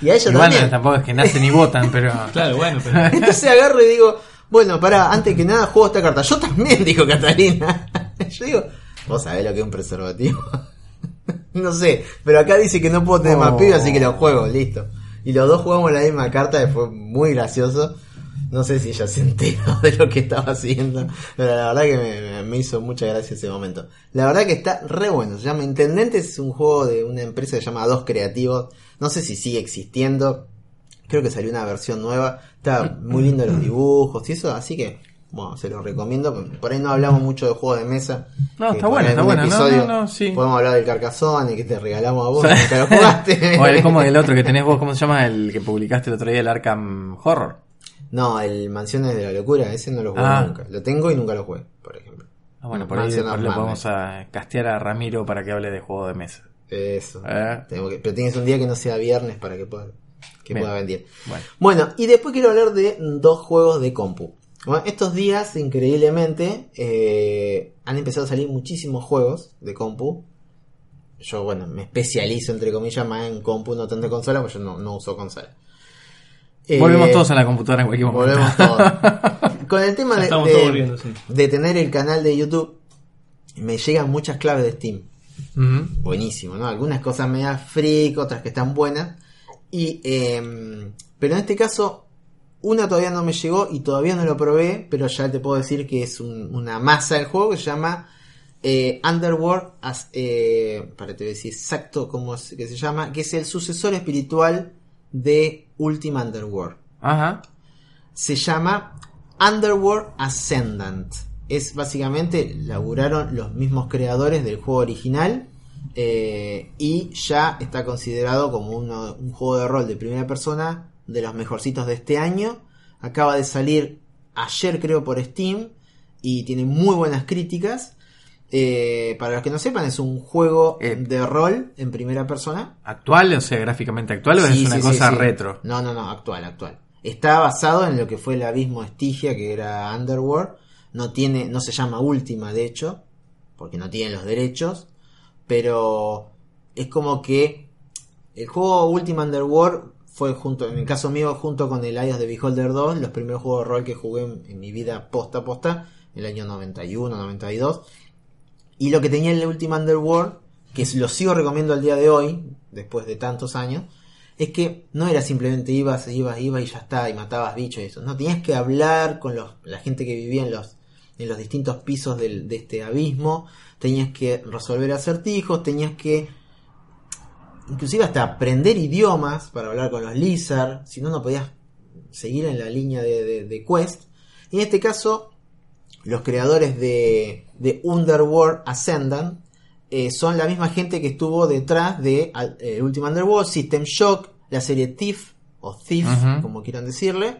Y a ella Y bueno, también. tampoco es que nacen y votan, pero. Claro, bueno, pero. Entonces agarro y digo, bueno, pará, antes que nada juego esta carta. Yo también, dijo Catalina. Yo digo, vos sabés lo que es un preservativo. no sé, pero acá dice que no puedo tener más Oh. pibes, así que lo juego, listo. Y los dos jugamos la misma carta, y fue muy gracioso. No sé si ella se enteró de lo que estaba haciendo, pero la verdad que me, me hizo mucha gracia ese momento. La verdad que está re bueno. Se llama Intendente, es un juego de una empresa que se llama Dos Creativos. No sé si sigue existiendo, Creo que salió una versión nueva. Está muy lindo los dibujos y eso, así que bueno, se los recomiendo. Por ahí no hablamos mucho de juegos de mesa. No, Que está por bueno, ahí está en bueno. No, episodio no, no, sí. Podemos hablar del Carcassonne que te regalamos a vos, que lo jugaste. O el, como el otro que tenés vos, ¿cómo se llama? El que publicaste el otro día, el Arkham Horror. No, el Mansiones de la Locura, ese no lo jugué Ah. nunca. Lo tengo y nunca lo jugué, por ejemplo. Ah, bueno, por ahí Mansion después of lo Madness. podemos a castear a Ramiro para que hable de juego de mesa. Eso. Ah. Tengo que- pero tienes un día que no sea viernes para que pueda, que Bien. pueda vender. Bueno. Bueno, y después quiero hablar de dos juegos de compu. Bueno, estos días, increíblemente, eh, han empezado a salir muchísimos juegos de compu. Yo, bueno, me especializo, entre comillas, más en compu, no tanto en consola, porque yo no, no uso consola. Eh, Volvemos todos a la computadora en cualquier momento. Volvemos todos. Con el tema Ya de, estamos de- todos volviendo, sí. de tener el canal de YouTube, me llegan muchas claves de Steam Ujú. buenísimo, ¿no? Algunas cosas medias freak, otras que están buenas. Y, eh, pero en este caso, una todavía no me llegó y todavía no lo probé, pero ya te puedo decir que es un- una masa del juego que se llama eh, Underworld, as- eh, para te voy a decir exacto cómo es que se llama, que es el sucesor espiritual de Ultima Underworld Ajá. se llama Underworld Ascendant. Es básicamente, laburaron los mismos creadores del juego original eh, y ya está considerado como uno- un juego de rol de primera persona de los mejorcitos de este año. Acaba de salir ayer creo por Steam y tiene muy buenas críticas. Eh, para los que no sepan, es un juego Eh. de rol en primera persona ¿Actual? O sea, gráficamente actual o Sí, es una sí, sí, cosa sí. retro? No, no, no, actual, actual. Está basado en lo que fue el abismo Estigia, que era Underworld. No tiene, no se llama Última, de hecho, porque no tiene los derechos. Pero es como que el juego Ultima Underworld fue junto, en el caso mío, junto con el Ios de Beholder 2, los primeros juegos de rol que jugué en, en mi vida posta a posta, el año 91, 92. Y lo que tenía el Ultima Underworld, que lo sigo recomiendo al día de hoy, después de tantos años, es que no era simplemente ibas, ibas, ibas y ya está, y matabas bichos y eso. No, tenías que hablar con los, la gente que vivía en los, en los distintos pisos del- de este abismo, tenías que resolver acertijos, tenías que inclusive hasta aprender idiomas para hablar con los Lizard, si no, no podías seguir en la línea de, de- de Quest. Y en este caso, los creadores de, de Underworld Ascendant eh, son la misma gente que estuvo detrás de al- eh, Ultima Underworld, System Shock, la serie Thief, o Thief, Ujú. como quieran decirle.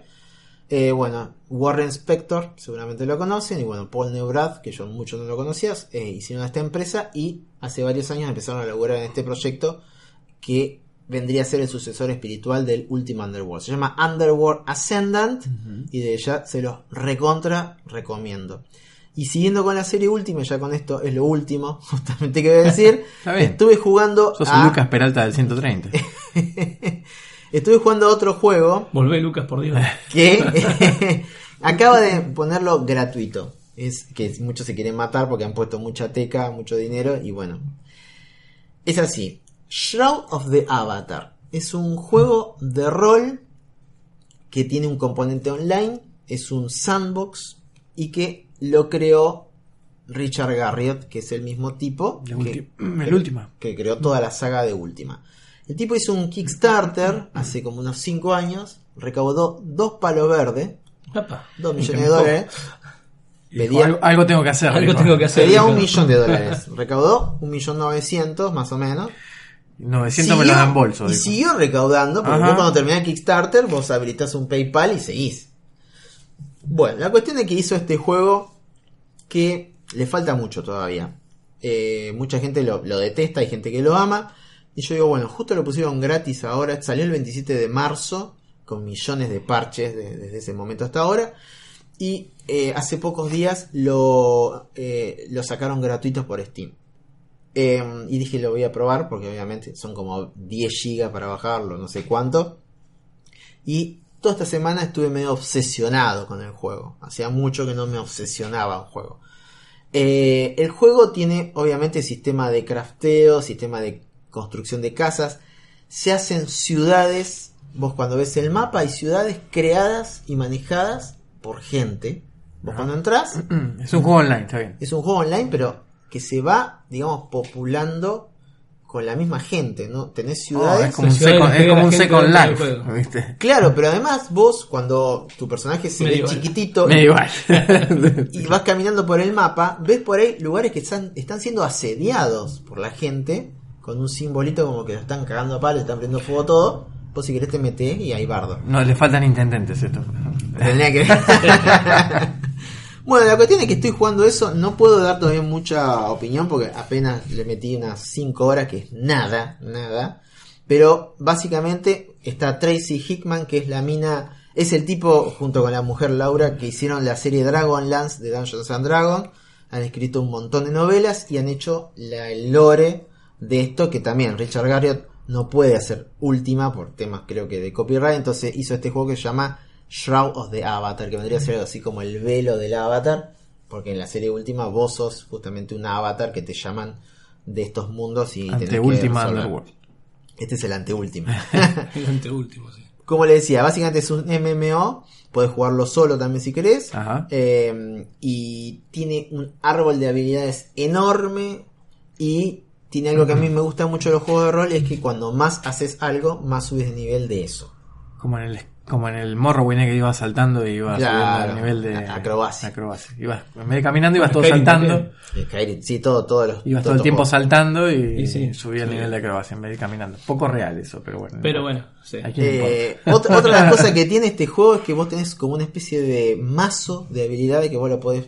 Eh, bueno, Warren Spector, seguramente lo conocen, y bueno, Paul Neubrad, que yo mucho no lo conocía, eh, hicieron esta empresa y hace varios años empezaron a laburar en este proyecto que vendría a ser el sucesor espiritual del Ultima Underworld. Se llama Underworld Ascendant y de ya se los recontra recomiendo. Y siguiendo con la serie última, ya con esto es lo último, justamente que voy a decir, Está bien. estuve jugando Sos a- el Lucas Peralta del 130. estuve jugando a otro juego Volvé, Lucas, por Dios. que eh, acaba de ponerlo gratuito. Es que muchos se quieren matar porque han puesto mucha teca, mucho dinero y bueno. Es así. Shroud of the Avatar es un juego de rol que tiene un componente online, es un sandbox y que lo creó Richard Garriott, que es el mismo tipo. La que- ulti- el última. que creó toda la saga de Última. El tipo hizo un Kickstarter hace como unos 5 años, recaudó dos palos verdes, Apa, 2 millones de incrementó. dólares, Y dijo, Pedía- algo, algo tengo que hacer. Algo dijo. tengo que hacer. sería dijo. un millón de dólares, recaudó un millón novecientos más o menos, 900 me los dan bolso. Y dijo. siguió recaudando, porque Ajá. vos cuando terminás Kickstarter, vos habilitás un PayPal y seguís. Bueno, la cuestión es que hizo este juego que le falta mucho todavía. Eh, mucha gente lo, lo detesta, hay gente que lo ama. Y yo digo, bueno, justo lo pusieron gratis ahora, salió el 27 de marzo, con millones de parches de- desde ese momento hasta ahora. Y eh, hace pocos días lo, eh, lo sacaron gratuitos por Steam. Eh, y dije, lo voy a probar porque obviamente son como 10 gigas para bajarlo, no sé cuánto. Y toda esta semana estuve medio obsesionado con el juego. Hacía mucho que no me obsesionaba un juego. Eh, el juego tiene obviamente sistema de crafteo, sistema de construcción de casas. Se hacen ciudades. Vos cuando ves el mapa hay ciudades creadas y manejadas por gente. Vos Ajá. cuando entrás Mm, Es un juego online, está bien. es un juego online, pero que se va, digamos, populando con la misma gente, ¿no? Tenés Oh, ciudades. es como un ciudades second, que es como la un gente second dentro del life. juego. ¿viste? Claro, pero además vos, cuando tu personaje se ve Medieval. chiquitito Me da igual. y vas caminando por el mapa, ves por ahí lugares que están, están siendo asediados por la gente, con un simbolito como que lo están cagando a palo, le están prendiendo fuego todo. Vos si querés te metés y hay bardo. no, le faltan intendentes esto. Tendría que bueno, la cuestión es que estoy jugando eso. No puedo dar todavía mucha opinión porque apenas le metí unas 5 horas, que es nada, nada. Pero básicamente está Tracy Hickman, que es la mina. Es el tipo, junto con la mujer Laura, que hicieron la serie Dragonlance de Dungeons and Dragons. Han escrito un montón de novelas y han hecho la el lore de esto, que también Richard Garriott no puede hacer última por temas, creo que, de copyright. Entonces hizo este juego que se llama Shroud of the Avatar, que vendría a ser algo así como el velo del avatar, porque en la serie última vos sos justamente un avatar que te llaman de estos mundos y tenés que Ante última resolver. Underworld. Este es el anteúltimo. El anteúltimo, sí. Como le decía, básicamente es un MMO, podés jugarlo solo también si querés. Ajá. Eh, y tiene un árbol de habilidades enorme. Y tiene algo que a mí me gusta mucho de los juegos de rol: es que cuando más haces algo, más subes de nivel de eso. Como en el como en el Morrowind eh, que ibas saltando y ibas Claro, subiendo el nivel de a- acrobacia. acrobacia. Ibas, en vez de caminando ibas todo Skyrim saltando. también. El Skyrim, sí, todo, todos los. Ibas todo todos el tiempo los juegos. saltando y, Y sí, subía el sí. nivel de acrobacia en vez de ir caminando. Poco real eso, pero bueno. Pero bueno, sí. ¿A quién le importa? Eh, otra, otra de las cosas que tiene este juego es que vos tenés como una especie de mazo de habilidades que vos lo podés,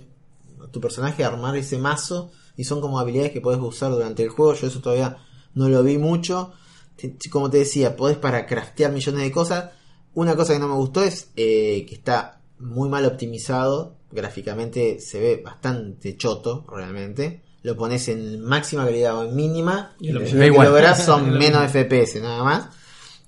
tu personaje armar ese mazo y son como habilidades que podés usar durante el juego. Yo eso todavía no lo vi mucho. Te- Como te decía, podés para craftear millones de cosas. Una cosa que no me gustó es eh, que está muy mal optimizado. Gráficamente se ve bastante choto, realmente. Lo pones en máxima calidad o en mínima. Y lo lo mismo. que Da igual. lográs son Lo menos mismo. FPS, nada más.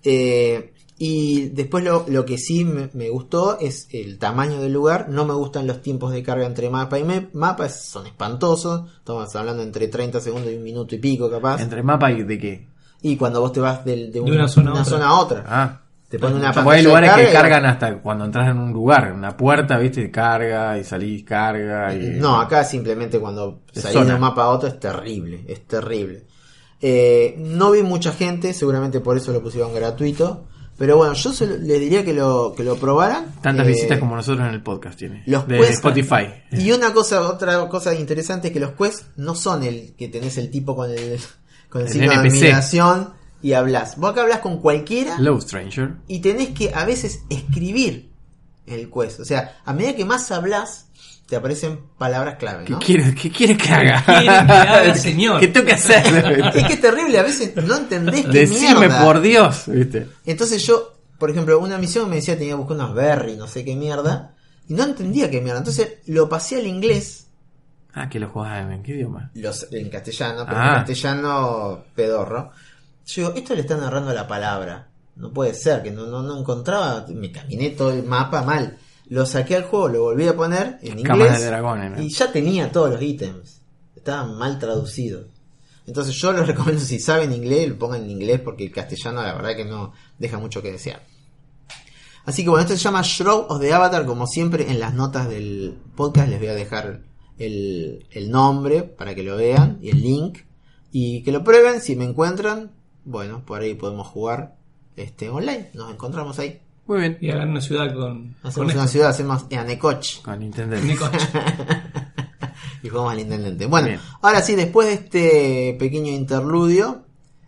Eh, y después lo, lo que sí me, me gustó es el tamaño del lugar. No me gustan los tiempos de carga entre mapa y me- mapa, es- son espantosos. Estamos hablando entre 30 segundos y un minuto y pico, capaz. Entre mapa y de qué. Y cuando vos te vas del- de, un- una zona a otra. a otra, Ah. te ponen una Como hay pantalla de lugares que carga y- cargan hasta cuando entras en un lugar, en una puerta, viste, y carga y salís, carga y... No, acá simplemente cuando Es salís de zona. un mapa a otro es terrible, es terrible. Eh, no vi mucha gente, seguramente por eso lo pusieron gratuito. Pero bueno, yo se lo- les diría que lo, que lo probaran. Tantas Eh, visitas como nosotros en el podcast tiene. los de quests- Spotify. Y una cosa, otra cosa interesante es que los quests no son el que tenés el tipo con el, con el, El signo de NPC. admiración y hablas. Vos acá hablas con cualquiera Low Stranger. y tenés que a veces escribir el quest. O sea, a medida que más hablas, te aparecen palabras clave, ¿Qué ¿no? quieres qué quiere que haga? ¿Qué quiere que haga, señor? ¿Qué tengo que Es hacer? que es terrible, a veces no entendés qué Decime mierda. por Dios, viste. Entonces yo, por ejemplo, una misión me decía tenía que buscar unos berry, no sé qué mierda, y no entendía qué mierda. Entonces lo pasé al inglés, Ah, que lo jugás en qué idioma. los, en castellano, pero Ah. en castellano pedorro. Yo digo, esto le están narrando la palabra. No puede ser, que no, no, no encontraba, me caminé todo el mapa mal. Lo saqué al juego, lo volví a poner en Cámara inglés. de dragones. ¿no? Y ya tenía todos los ítems. Estaban mal traducidos. Entonces yo les recomiendo si saben inglés, lo pongan en inglés porque el castellano la verdad que no deja mucho que desear. Así que bueno, esto se llama Shroud of the Avatar. Como siempre en las notas del podcast les voy a dejar el, el nombre para que lo vean y el link. Y que lo prueben, si me encuentran, bueno, por ahí podemos jugar este online. Nos encontramos ahí. Muy bien. Y hagan una ciudad con, Ah, con Hacemos esto. una ciudad, hacemos Anecoch. Con Nintendo. Nico. Y jugamos al intendente. Bueno, Bien. ahora sí, después de este pequeño interludio,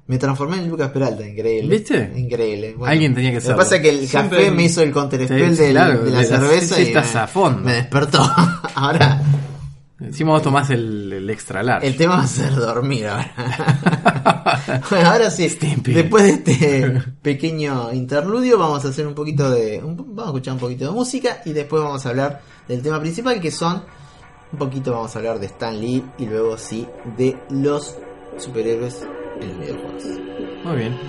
Me transformé en Lucas Peralta, increíble. ¿Viste? Increíble. Bueno, Alguien tenía que Lo hacerlo. que pasa es que el Siempre- café me hizo el counter spell Sí, del- claro, de la de la cerveza y estás me, a fondo. me despertó. Ahora, Encima vos tomás el, el extra large. el tema va a ser dormir ahora. bueno, ahora sí. Stimpy. Después de este pequeño interludio, vamos a hacer un poquito de. un- vamos a escuchar un poquito de música y después vamos a hablar del tema principal que son. Un poquito vamos a hablar de Stan Lee y luego sí de los superhéroes en los videojuegos. Muy bien.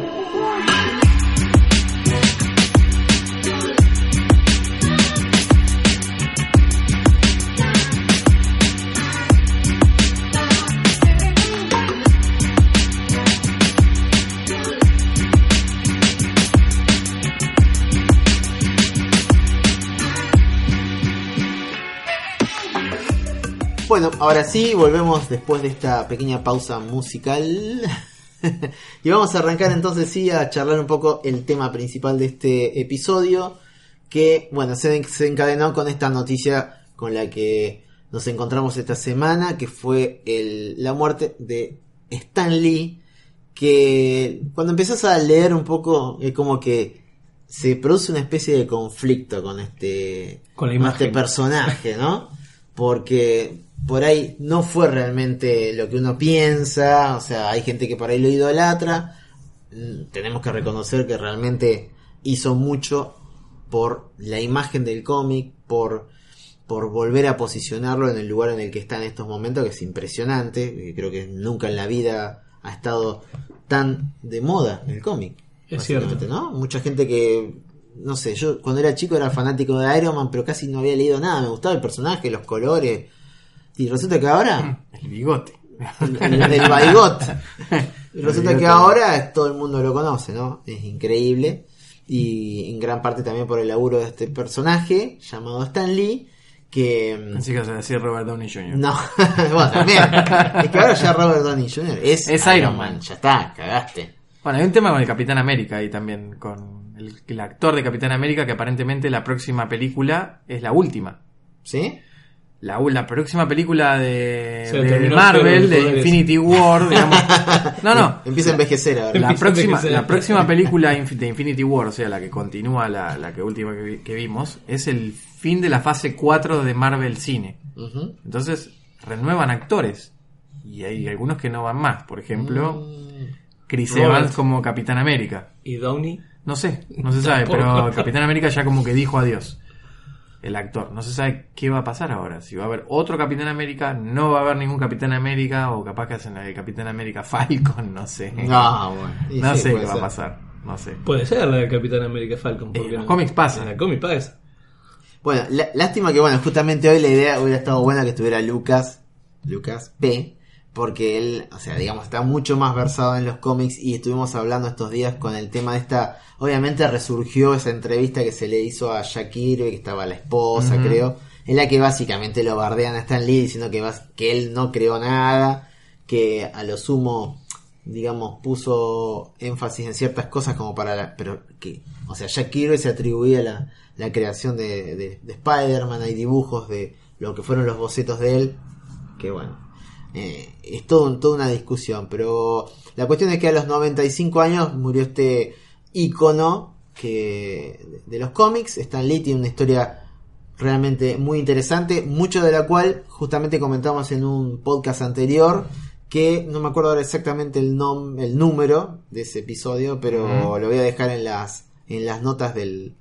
Bueno, ahora sí, volvemos después de esta pequeña pausa musical. y vamos a arrancar entonces sí a charlar un poco el tema principal de este episodio, que bueno, se, se encadenó con esta noticia con la que nos encontramos esta semana, que fue el- la muerte de Stan Lee, que cuando empezás a leer un poco, es como que se produce una especie de conflicto con este, Con la con imagen. este personaje, ¿no? Porque por ahí no fue realmente lo que uno piensa, o sea, hay gente que por ahí lo idolatra, Mm, tenemos que reconocer que realmente hizo mucho por la imagen del cómic, por, por volver a posicionarlo en el lugar en el que está en estos momentos, que es impresionante, eh, creo que nunca en la vida ha estado tan de moda el cómic. Es básicamente, cierto. ¿no? Mucha gente que, no sé, yo cuando era chico era fanático de Iron Man, pero casi no había leído nada, me gustaba el personaje, los colores, y resulta que ahora El bigote. el, el baigot. Resulta bigote. que ahora todo el mundo lo conoce, ¿no? Es increíble. Y en gran parte también por el laburo de este personaje llamado Stan Lee, que... mm, Así que vas a decir Robert Downey Jr. No, bueno, también. Es que ahora ya Robert Downey Jr. es, Es Iron Man. Ya está, cagaste. Bueno, hay un tema con el Capitán América y también con el, el actor de Capitán América que aparentemente la próxima película es la última. ¿Sí? La, u- la próxima película de, Se de le terminó el pelo, Marvel, los de poderes. Infinity War, digamos. No, no. Empieza a envejecer ahora. La Empieza a próxima, envejecer. la próxima película inf- de Infinity War, o sea, la que continúa la, la que última que, vi- que vimos, es el fin de la fase 4 de Marvel Cine. Ujú. Entonces, renuevan actores. Y hay algunos que no van más. Por ejemplo, Chris Mm. Robert. Evans como Capitán América. Y Downey. No sé, no se sabe, pero Tampoco. Capitán América ya como que dijo adiós. El actor. No se sabe qué va a pasar ahora. Si va a haber otro Capitán América, no va a haber ningún Capitán América, o capaz que hacen la de Capitán América Falcon, no sé. No, bueno. Y No sí, sé qué puede va a ser. pasar. No sé. Puede ser la del Capitán América Falcon. En porque Eh, los no- cómics pasa. En la cómic pasa. Bueno, lá- lástima que, bueno, justamente hoy la idea hubiera estado buena que estuviera Lucas, Lucas P, porque él, o sea, digamos, está mucho más versado en los cómics y estuvimos hablando estos días con el tema de esta, obviamente resurgió esa entrevista que se le hizo a Jack Kirby, que estaba la esposa, Ujú. creo, en la que básicamente lo bardean a Stan Lee diciendo que, bas- que él no creó nada, que a lo sumo digamos, puso énfasis en ciertas cosas como para la, pero que, o sea, Jack Kirby se atribuía la, la creación de, de, de Spider-Man, hay dibujos de lo que fueron los bocetos de él, que bueno, eh, es todo, un- toda una discusión, pero la cuestión es que a los 95 años murió este ícono que, de los cómics, Stan Lee tiene una historia realmente muy interesante, mucho de la cual justamente comentamos en un podcast anterior, que no me acuerdo ahora exactamente el, nom- el número de ese episodio, pero Ujú. lo voy a dejar en las, en las notas del,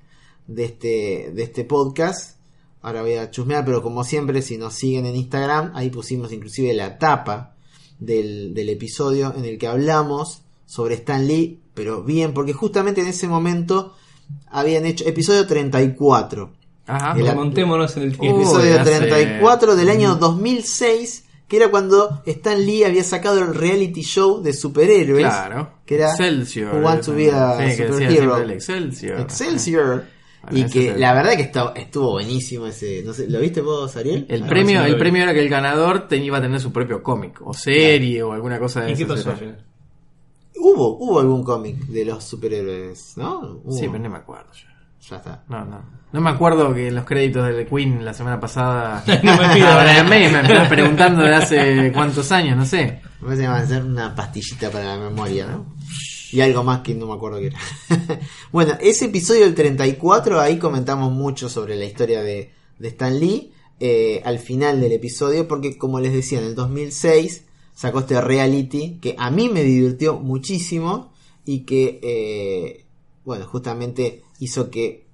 de, este, de este podcast. Ahora voy a chusmear, pero como siempre, si nos siguen en Instagram, ahí pusimos inclusive la tapa del, del episodio en el que hablamos sobre Stan Lee, pero bien, porque justamente en ese momento habían hecho episodio 34. Ajá. El- Remontémonos en el Uy, tiempo. episodio hace- 34 del año 2006, que era cuando Stan Lee había sacado el reality show de superhéroes. Claro. que era Excelsior. Who Wants to Be a Sí, que decía Superhero. siempre el Excelsior. Excelsior. Bueno, Y ese es que el- la verdad que está- estuvo buenísimo ese. No sé, ¿Lo viste vos, Ariel? El Ah, premio, sí, el lo vi. premio era que el ganador te- iba a tener su propio cómic, o serie, o alguna cosa de ¿Y qué esas. pasó al final? Hubo, hubo algún cómic de los superhéroes, ¿no? Hubo. Sí, pero no me acuerdo yo. Ya está. No, no. No me acuerdo que en los créditos del Queen la semana pasada. No me pido. Ahora en May me estás preguntando de hace cuántos años, no sé. Me parece que van a ser una pastillita para la memoria, ¿no? Y algo más que no me acuerdo qué era. bueno, ese episodio del 34, ahí comentamos mucho sobre la historia de, de Stan Lee eh, al final del episodio, porque como les decía, en el 2006 sacó este reality que a mí me divirtió muchísimo y que, eh, bueno, justamente hizo que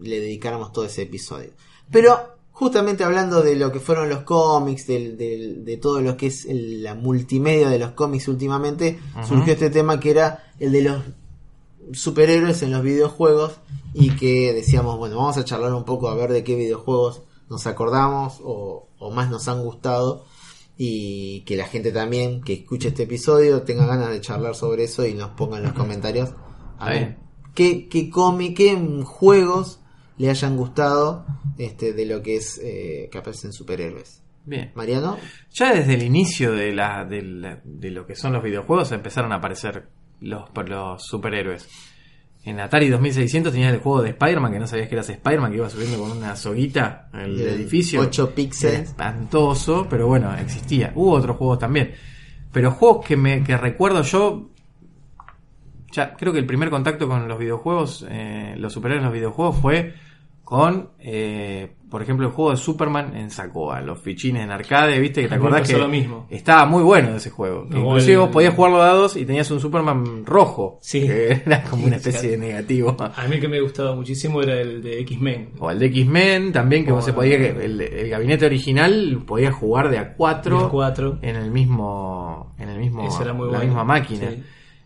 le dedicáramos todo ese episodio. Pero justamente hablando de lo que fueron los cómics, del- del- de todo lo que es el- la multimedia de los cómics últimamente, surgió este tema que era el de los superhéroes en los videojuegos y que decíamos, bueno, vamos a charlar un poco a ver de qué videojuegos nos acordamos o, o más nos han gustado y que la gente también que escuche este episodio tenga ganas de charlar sobre eso y nos ponga en los comentarios Está a ver bien. qué, qué cómic, qué mm, juegos le hayan gustado este, de lo que es eh, que aparecen superhéroes. Bien. Mariano, Ya desde el inicio de, la, de, la- de lo que son los videojuegos empezaron a aparecer los, los superhéroes. En Atari 2600 tenías el juego de Spider-Man, que no sabías que eras Spider-Man, que iba subiendo con una soguita el Eran edificio. ocho píxeles. Era Espantoso, pero bueno, existía. Hubo otros juegos también. Pero juegos que, me, que recuerdo yo. Ya, creo que el primer contacto con los videojuegos, eh, los superhéroes en los videojuegos, fue con, eh, por ejemplo, el juego de Superman en Sacoa, los fichines en arcade, ¿viste? Que te A mí Ah, me acordás pasó que lo mismo. estaba muy bueno ese juego. Que O inclusive el- vos podías jugarlo a dos y tenías un Superman rojo, Sí. que era como una especie de negativo. A mí el que me gustaba muchísimo era el de X-Men. O el de X-Men también, que O vos se el- podía, que el, el gabinete original podía jugar de a El 4 4. en el mismo, en el mismo, Ese era muy la bueno, misma máquina. sí.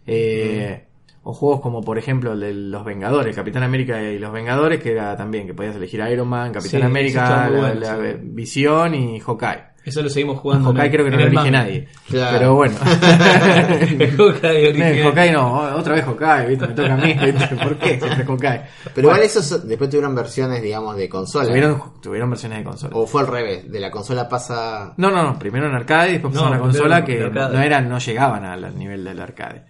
Eh, O juegos como por ejemplo el de los Vengadores, Capitán América y los Vengadores, que era también que podías elegir Iron Man, Capitán Sí, ese América, estaba muy la, bueno, la sí. Visión y Hawkeye. Eso lo seguimos jugando. Hawkeye creo que no lo elige nadie. Claro. Pero bueno. El Hawkeye No, el original. Hawkeye no, otra vez Hawkeye, ¿viste? me toca a mí, ¿viste? ¿por qué siempre Hawkeye? pero Bueno, igual esos son- después tuvieron versiones, digamos, de consola. tuvieron, tuvieron versiones de consola. O fue al revés, de la consola pasa... No, no, no, primero en arcade y después No, pasaron a la primero consola en que arcade. no eran, no llegaban al al nivel del arcade.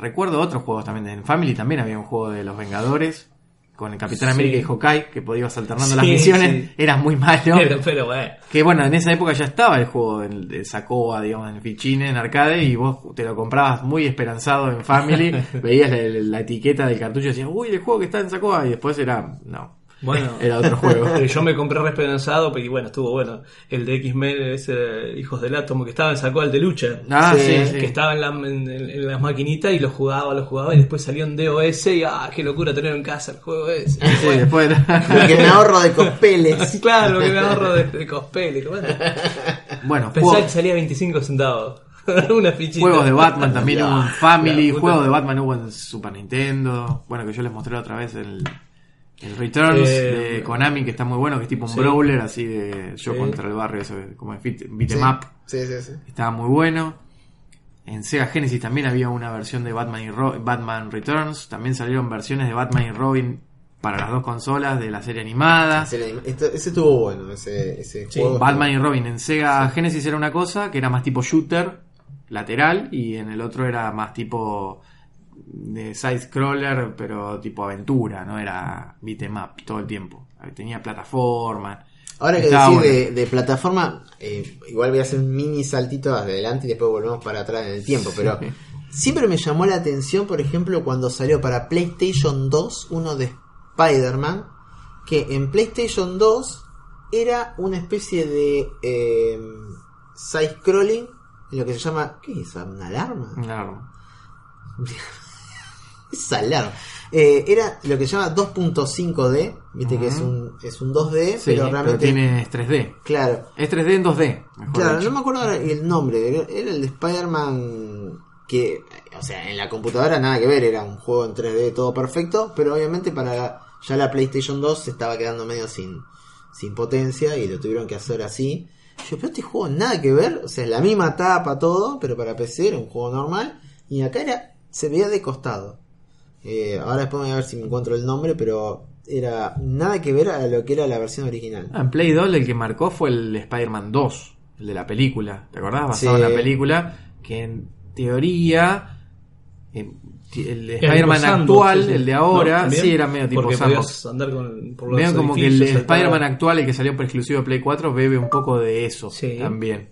Recuerdo otros juegos también, en Family también había un juego de los Vengadores con el Capitán Sí. América y Hawkeye que podías alternando Sí, las misiones, sí. eras muy malo. Pero, pero bueno. Que bueno, en esa época ya estaba el juego en- de Sacoa, digamos, en Fichine, en arcade, y vos te lo comprabas muy esperanzado en Family, veías la, la etiqueta del cartucho y decías, uy, el juego que está en Sacoa, y después era, no, Bueno. era otro juego. Pero yo me compré re esperanzado, pero y bueno, estuvo bueno. El de X-Men, ese Hijos del Átomo, que estaba en sacó al de lucha. Ah, Sí, sí, sí. Que estaba en, la, en- en- en las maquinitas y lo jugaba, lo jugaba y después salió en DOS y ah, qué locura tener en casa el juego ese. Sí, después era- Lo que me ahorro de cospeles. claro, que me ahorro de, de cospeles. Bueno, Bueno, pensaba juego- que salía 25 centavos. Una fichita. juegos de Batman también hubo en Family, Claro, puta. juegos de Batman hubo en Super Nintendo. Bueno, que yo les mostré la otra vez el, el Returns Eh, de Konami, que está muy bueno, que es tipo un sí. brawler así de yo Sí. contra el barrio, eso, como de fit- beat Sí. em up. Sí, sí, sí. Estaba muy bueno. En Sega Genesis también había una versión de Batman y Ro- Batman Returns. También salieron versiones de Batman y Robin para las dos consolas de la serie animada. Ese, le- esto- ese estuvo bueno, ese, ese Sí, juego. Batman y Robin en Sega Genesis era una cosa que era más tipo shooter lateral y en el otro era más tipo de side scroller pero tipo aventura no era beat 'em up todo el tiempo tenía plataforma Ahora que Estaba decís bueno. de, de plataforma, eh, igual voy a hacer un mini saltito hacia adelante y después volvemos para atrás en el tiempo, pero siempre me llamó la atención, por ejemplo, cuando salió para PlayStation 2 uno de Spider-Man, que en PlayStation 2 era una especie de eh, side-scrolling, en lo que se llama... ¿Qué es? esa? ¿Una alarma? Claro. Salar. Eh, era lo que se llama 2.5D, viste que es un, es un 2D, Mm. Sí, pero pero, realmente... tiene es 3D Claro, es 3D en 2D mejor claro, dicho. no me acuerdo ahora el nombre, era- era el de Spider-Man que, o sea, en la computadora nada que ver, era un juego en 3D todo perfecto, pero obviamente para la- ya la PlayStation 2 se estaba quedando medio sin, sin potencia y lo tuvieron que hacer así. Yo, pero este juego nada que ver, o sea, la misma tapa, todo, pero para PC era un juego normal y acá era, se veía de costado. Eh, ahora después voy a ver si me encuentro el nombre, pero era nada que ver a lo que era la versión original. Ah, en Play 2 el que marcó fue el Spider-Man 2, el de la película. ¿Te acordás? Basado Sí. en la película, que en teoría eh, ti- el Era Spider-Man tipo Sandbox, actual, sí, sí. el de ahora, ¿No? ¿También? sí era medio tipo Porque sandbox. podías andar con, por los Medio como que el edificios, saltar. Spider-Man actual, el que salió por exclusivo de Play 4, bebe un poco de eso Sí. también.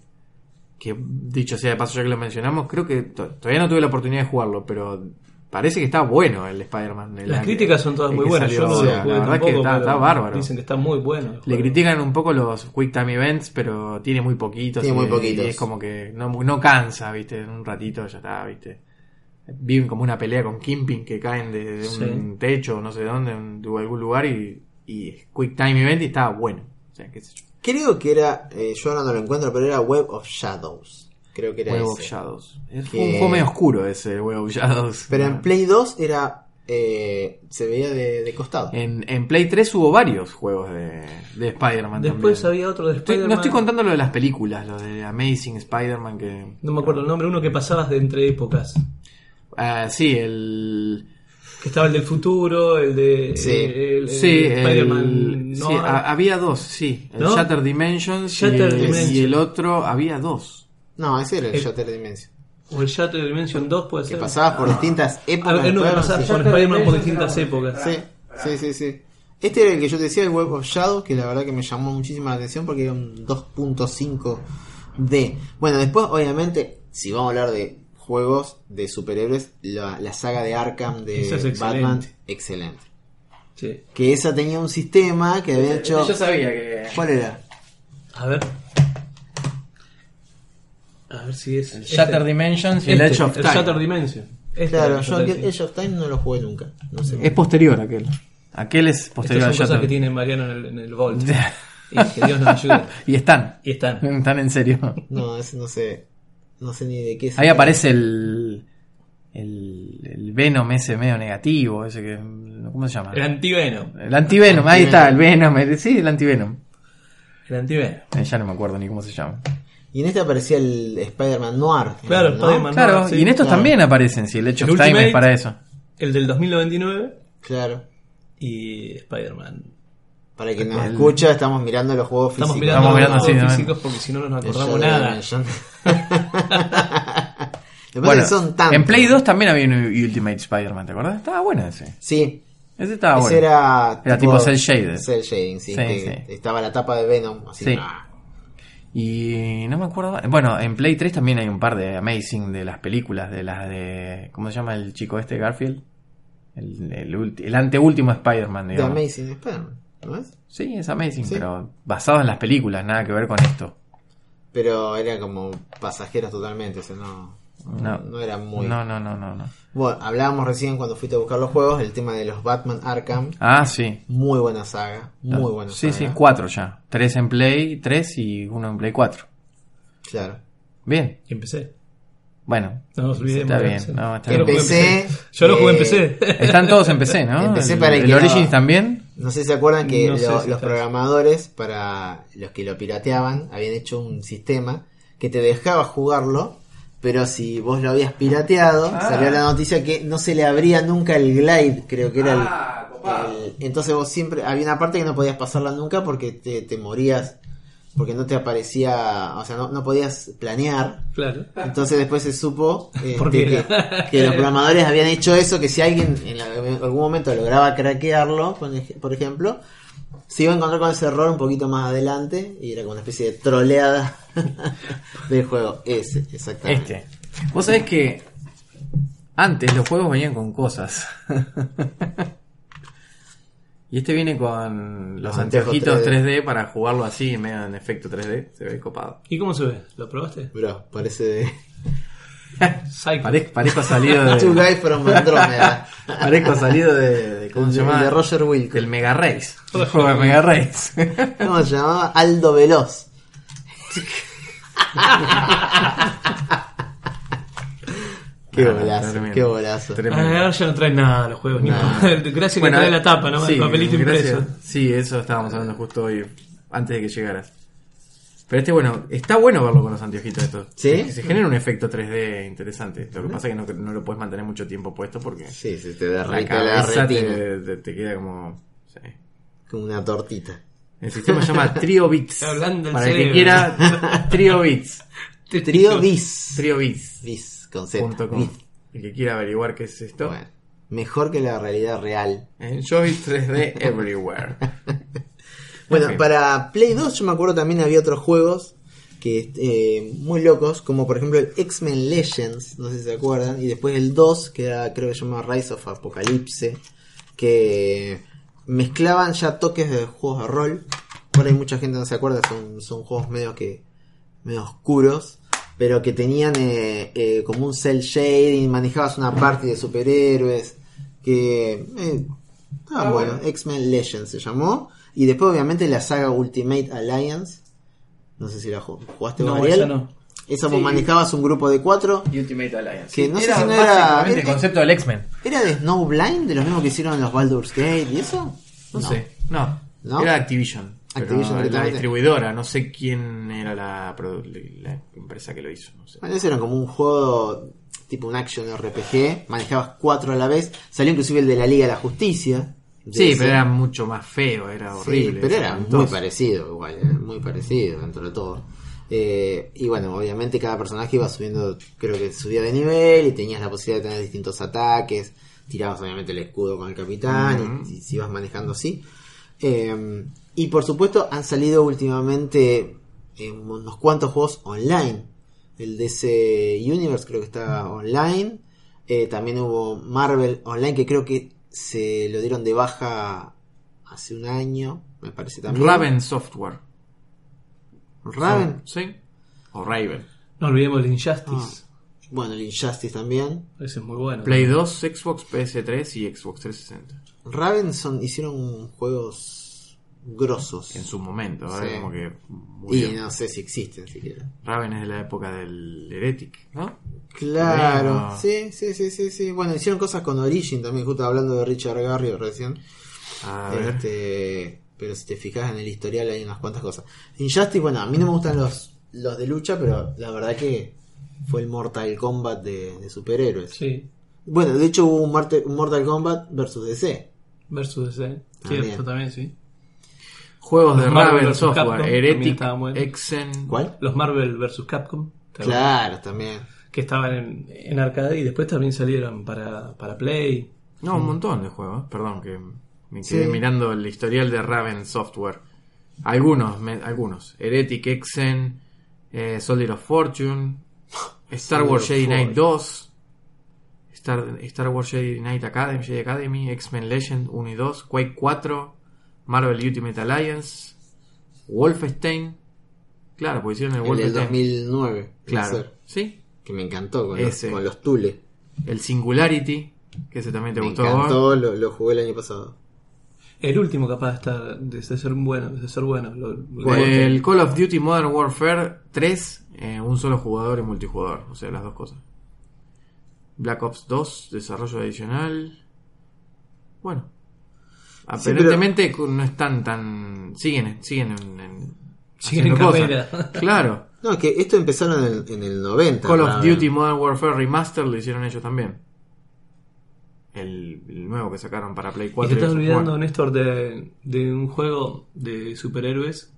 que dicho sea de paso ya que lo mencionamos, creo que to- todavía no tuve la oportunidad de jugarlo, pero parece que está bueno el Spider-Man. el- Las críticas son todas el muy que buenas. salió. Yo no O lo sea, jugué la verdad tampoco, que está, pero está bárbaro. Dicen que está muy bueno. el Le juego. critican un poco los Quick Time Events, pero tiene muy poquitos. Tiene y- muy poquitos. y es como que no, no cansa, ¿viste? En un ratito ya está, ¿viste? Viven como una pelea con Kimping que caen de, de un techo, no sé dónde, un- de algún lugar y, y es Quick Time Event y está bueno. O sea, qué sé yo. Creo que era, eh, yo ahora no lo encuentro, pero era Web of Shadows. Creo que era Web of ese. Shadows. Es Que- un juego medio oscuro ese Web of Shadows. Pero en Ah. Play 2 era, eh, se veía de, de costado. En, en Play 3 hubo varios juegos de, de Spider-Man. Después también. había otro de Estoy- Spider-Man. no estoy contando lo de las películas, lo de Amazing Spider-Man que... No me acuerdo el nombre, uno que pasabas de entre épocas. Ah, sí, el... Que estaba el del futuro, el de. eh, Sí. el- el sí, el- Eh, Spider-Man. sí, Noir. ha- había dos, sí. El ¿No? Shattered Dimensions Shattered y, el, Dimensions. y el otro, había dos. No, ese era el El- Shutter Dimension. o el Shattered Dimension 2, puede Que ser. pasabas por distintas Ah, épocas. es uno que del pasaba juego, con Spider-Man por distintas épocas. sí. sí, sí, sí. Este era el que yo te decía, el Web of Shadows, que la verdad que me llamó muchísima la atención porque era un 2.5D. Bueno, después, obviamente, si vamos a hablar de juegos de superhéroes, la, la saga de Arkham de Esa es excelente. Batman, excelente. Sí. Que esa tenía un sistema que había hecho... sabía que... Este, ¿Cuál era? A ver. A ver si es. El Shattered este. Dimensions y el Este, Edge of el Time. Shattered Dimension. Este Claro, era yo el Shattered aquel Dimension. Age of Time no lo jugué nunca. No sé. Eh. Es posterior aquel. Aquel es Estas posterior son al cosas que Shattered. tiene Mariano en el, en el Vault. y que Dios nos ayude. Y están. Y están. Están en serio. No, ese no sé. No sé ni de qué se Ahí trata. aparece el, el, el Venom ese medio negativo, ese que... ¿Cómo se llama? El antiveno. El antivenom, ahí Antivenom. está, el Venom, el- sí, el antivenom. El antiveno. Eh, Ya no me acuerdo ni cómo se llama. Y en este aparecía el Spider-Man Noir. Claro, ¿no? Spider-Man. claro, sí, y en estos claro. también aparecen, sí, el hecho El of time Ultimate. es para eso. El del 2099 Claro. y Spider-man. Para quien nos El- escucha, estamos mirando los juegos Estamos físicos. mirando Estamos mirando los así, juegos ¿no? físicos porque si no no nos El acordamos Shadow nada. Dimension. Lo que pasa es que Bueno, son tantos. en Play 2 también había un Ultimate Spider-Man, ¿te acordás? Estaba bueno ese. Sí. Ese estaba ese Ah, bueno. era. Era tipo cel shaded. Cel shading, sí. Sí, que sí. Estaba la tapa de Venom. Así. Sí. ah, Y no me acuerdo. Bueno, en Play 3 también hay un par de Amazing de las películas, de las de. ¿Cómo se llama el chico este, Garfield? El, el, ulti- el anteúltimo Spider-Man, The digamos. Amazing Spider-Man. ¿No es? Sí, es Amazing, Sí. pero basado en las películas, nada que ver con esto. Pero era como pasajeros totalmente. O sea, no. No. Mm, no era muy. No, no, no, no, no. Bueno, hablábamos recién cuando fuiste a buscar los juegos. El tema de los Batman Arkham. Ah, sí. Muy buena saga. Muy buena Ah. Sí, sí, saga. cuatro ya. Tres en Play 3 y uno en Play 4. Claro. Bien. Y empecé. Bueno. No nos olvidemos. Está de bien, PC. no, está Yo lo bien. jugué en Empecé, PC. Yo lo jugué en eh, PC. Están todos en PC, ¿no? En PC el para el el que no- Origins también. No sé si se acuerdan que No sé lo- si los está. programadores, para los que lo pirateaban, habían hecho un sistema que te dejaba jugarlo, pero si vos lo habías pirateado, Ah. salió la noticia que no se le abría nunca el glide, creo que era el- Ah, copado. el, Eh, Entonces vos siempre, había una parte que no podías pasarla nunca porque te, te morías, porque no te aparecía, o sea, no, no podías planear. Claro. Entonces después se supo eh, ¿Por de qué? que, que los programadores habían hecho eso, que si alguien en, la- en algún momento lograba craquearlo, por ej- por ejemplo, se iba a encontrar con ese error un poquito más adelante y era como una especie de troleada del juego. Ese, exactamente. Este. Vos sabés que antes los juegos venían con cosas. y este viene con los Los anteojos anteojitos 3D. 3D para jugarlo así, en medio en efecto 3D. Se ve copado. ¿Y cómo se ve? ¿Lo probaste? Bro, parece de... Psycho. Parez- parezco salido Two de. guys from Andromeda. parezco salido de. de- ¿Cómo El se de- llama? el de Roger Wilco. El Mega Race. El juego de Mega Race. ¿Cómo se llamaba? Aldo Veloz. qué Ah, bolazo, tremendo. qué bolazo. Tremendo. Ah, ahora ya no traen nada los juegos. ni Nah. nada. Gracias que trae la tapa, ¿no? el papelito gracias. impreso. Sí, eso estábamos hablando justo hoy, antes de que llegaras. Pero este, bueno, está bueno verlo con los anteojitos estos. ¿Sí? Se genera un efecto 3D interesante. Lo que pasa es que no, no lo puedes mantener mucho tiempo puesto porque Sí, se te la derrite la, cabeza retina. te, te- te queda como... sí. Como una tortita. El sistema se llama Trio Bits. Está hablando el Para el que cerebro. quiera, Trio Bits. Trío bis. Trio Bits. Bis, con Z. punto com. Bis. El que quiera averiguar qué es esto. Bueno, mejor que la realidad real. Enjoy 3D Everywhere. Bueno, Ok. para Play 2 yo me acuerdo también había otros juegos que eh, muy locos, como por ejemplo el X-Men Legends, no sé si se acuerdan, y después el 2, que era, creo que se llama Rise of Apocalypse, que mezclaban ya toques de juegos de rol. Por ahí mucha gente no se acuerda, son, son juegos medio que medio oscuros, pero que tenían eh, eh, como un cel shading, manejabas una parte de superhéroes, que... eh, ah, Ah, bueno, bueno. X-Men Legends se llamó. Y después obviamente la saga Ultimate Alliance. No sé si la ju- jugaste vos, No, Ariel. esa no. Esa Sí. vos manejabas un grupo de cuatro. Ultimate Alliance. Que no sé era si no era- básicamente el era- concepto del X-Men. ¿Era de Snowblind? ¿De los mismos que hicieron los Baldur's Gate y eso? No, sé. No. ¿No? Era Activision. pero Activision la directamente. distribuidora, no sé quién era la, produ- la empresa que lo hizo. No sé. Bueno, eso era como un juego tipo un action RPG. Manejabas cuatro a la vez. Salió inclusive el de la Liga de la Justicia. de Sí, ese. pero era mucho más feo, era Sí, horrible. pero era espantoso. muy parecido, igual. Era muy parecido dentro de todo. Eh, y bueno, obviamente cada personaje iba subiendo, creo que subía de nivel y tenías la posibilidad de tener distintos ataques. Tirabas obviamente el escudo con el capitán y, y si ibas manejando así. Eh, y por supuesto han salido últimamente eh, unos cuantos juegos online. El DC Universe creo que está online. Eh, también hubo Marvel Online que creo que se lo dieron de baja hace un año, me parece también. Raven Software. Raven. Sí. O Raven. No olvidemos el Injustice. Bueno, el Injustice también. Ese es muy bueno. Play 2, Xbox, PS3 y Xbox 360. Raven son, hicieron juegos grosos. En su momento, ahora Sí. como que Y murió. no sé si existen siquiera. Raven es de la época del Heretic, ¿no? Claro, Bueno. sí, sí, sí, sí, sí. Bueno, hicieron cosas con Origin también, justo hablando de Richard Garriott recién. A ver. Este, pero si te fijas en el historial hay unas cuantas cosas. Injustice, bueno, a mí no me gustan los, los de lucha, pero la verdad que fue el Mortal Kombat de, de superhéroes. Sí, Bueno, de hecho hubo un Marte- un Mortal Kombat versus DC. versus DC. También. Cierto, también, sí. Juegos de Marvel Raven vs. Software, Capcom también Heretic, estaba bueno. Exen. ¿Cuál? Los Marvel versus Capcom. ¿te acuerdas? Claro, también. Que estaban en, en arcade y después también salieron para, para Play. No, un montón de juegos. Perdón que me quedé Sí. mirando el historial de Raven Software. Algunos, me- algunos. Heretic, Exen, eh, Soldier of Fortune, Star Soldier Wars of Jedi Knight Fortune. 2, Star, Star Wars Jedi Knight Academy, Jedi Academy, X-Men Legend 1 y 2, Quake 4, Marvel Ultimate Alliance, Wolfenstein. Claro, porque hicieron el, El del Wolfenstein. 2009. claro, ese, sí. Que me encantó con, los, Ese. con los Tule. El Singularity, que ese también te Me gustó. a vos. encantó, lo, lo jugué el año pasado. El último capaz de, estar, de ser bueno. De ser bueno lo- lo- este. El Call of Duty Modern Warfare 3, eh, un solo jugador y multijugador, o sea, las dos cosas. Black Ops 2, desarrollo adicional. Bueno. Sí, Aparentemente no están tan... Siguen, siguen en... en- Siguen en haciendo carrera. cosas. Claro. No, es que esto empezaron en, el- en el 90. Call of Raven. Duty Modern Warfare Remaster lo hicieron ellos también. El, el nuevo que sacaron para Play Y 4. te estás Xbox One. olvidando, Néstor, de, de un juego de superhéroes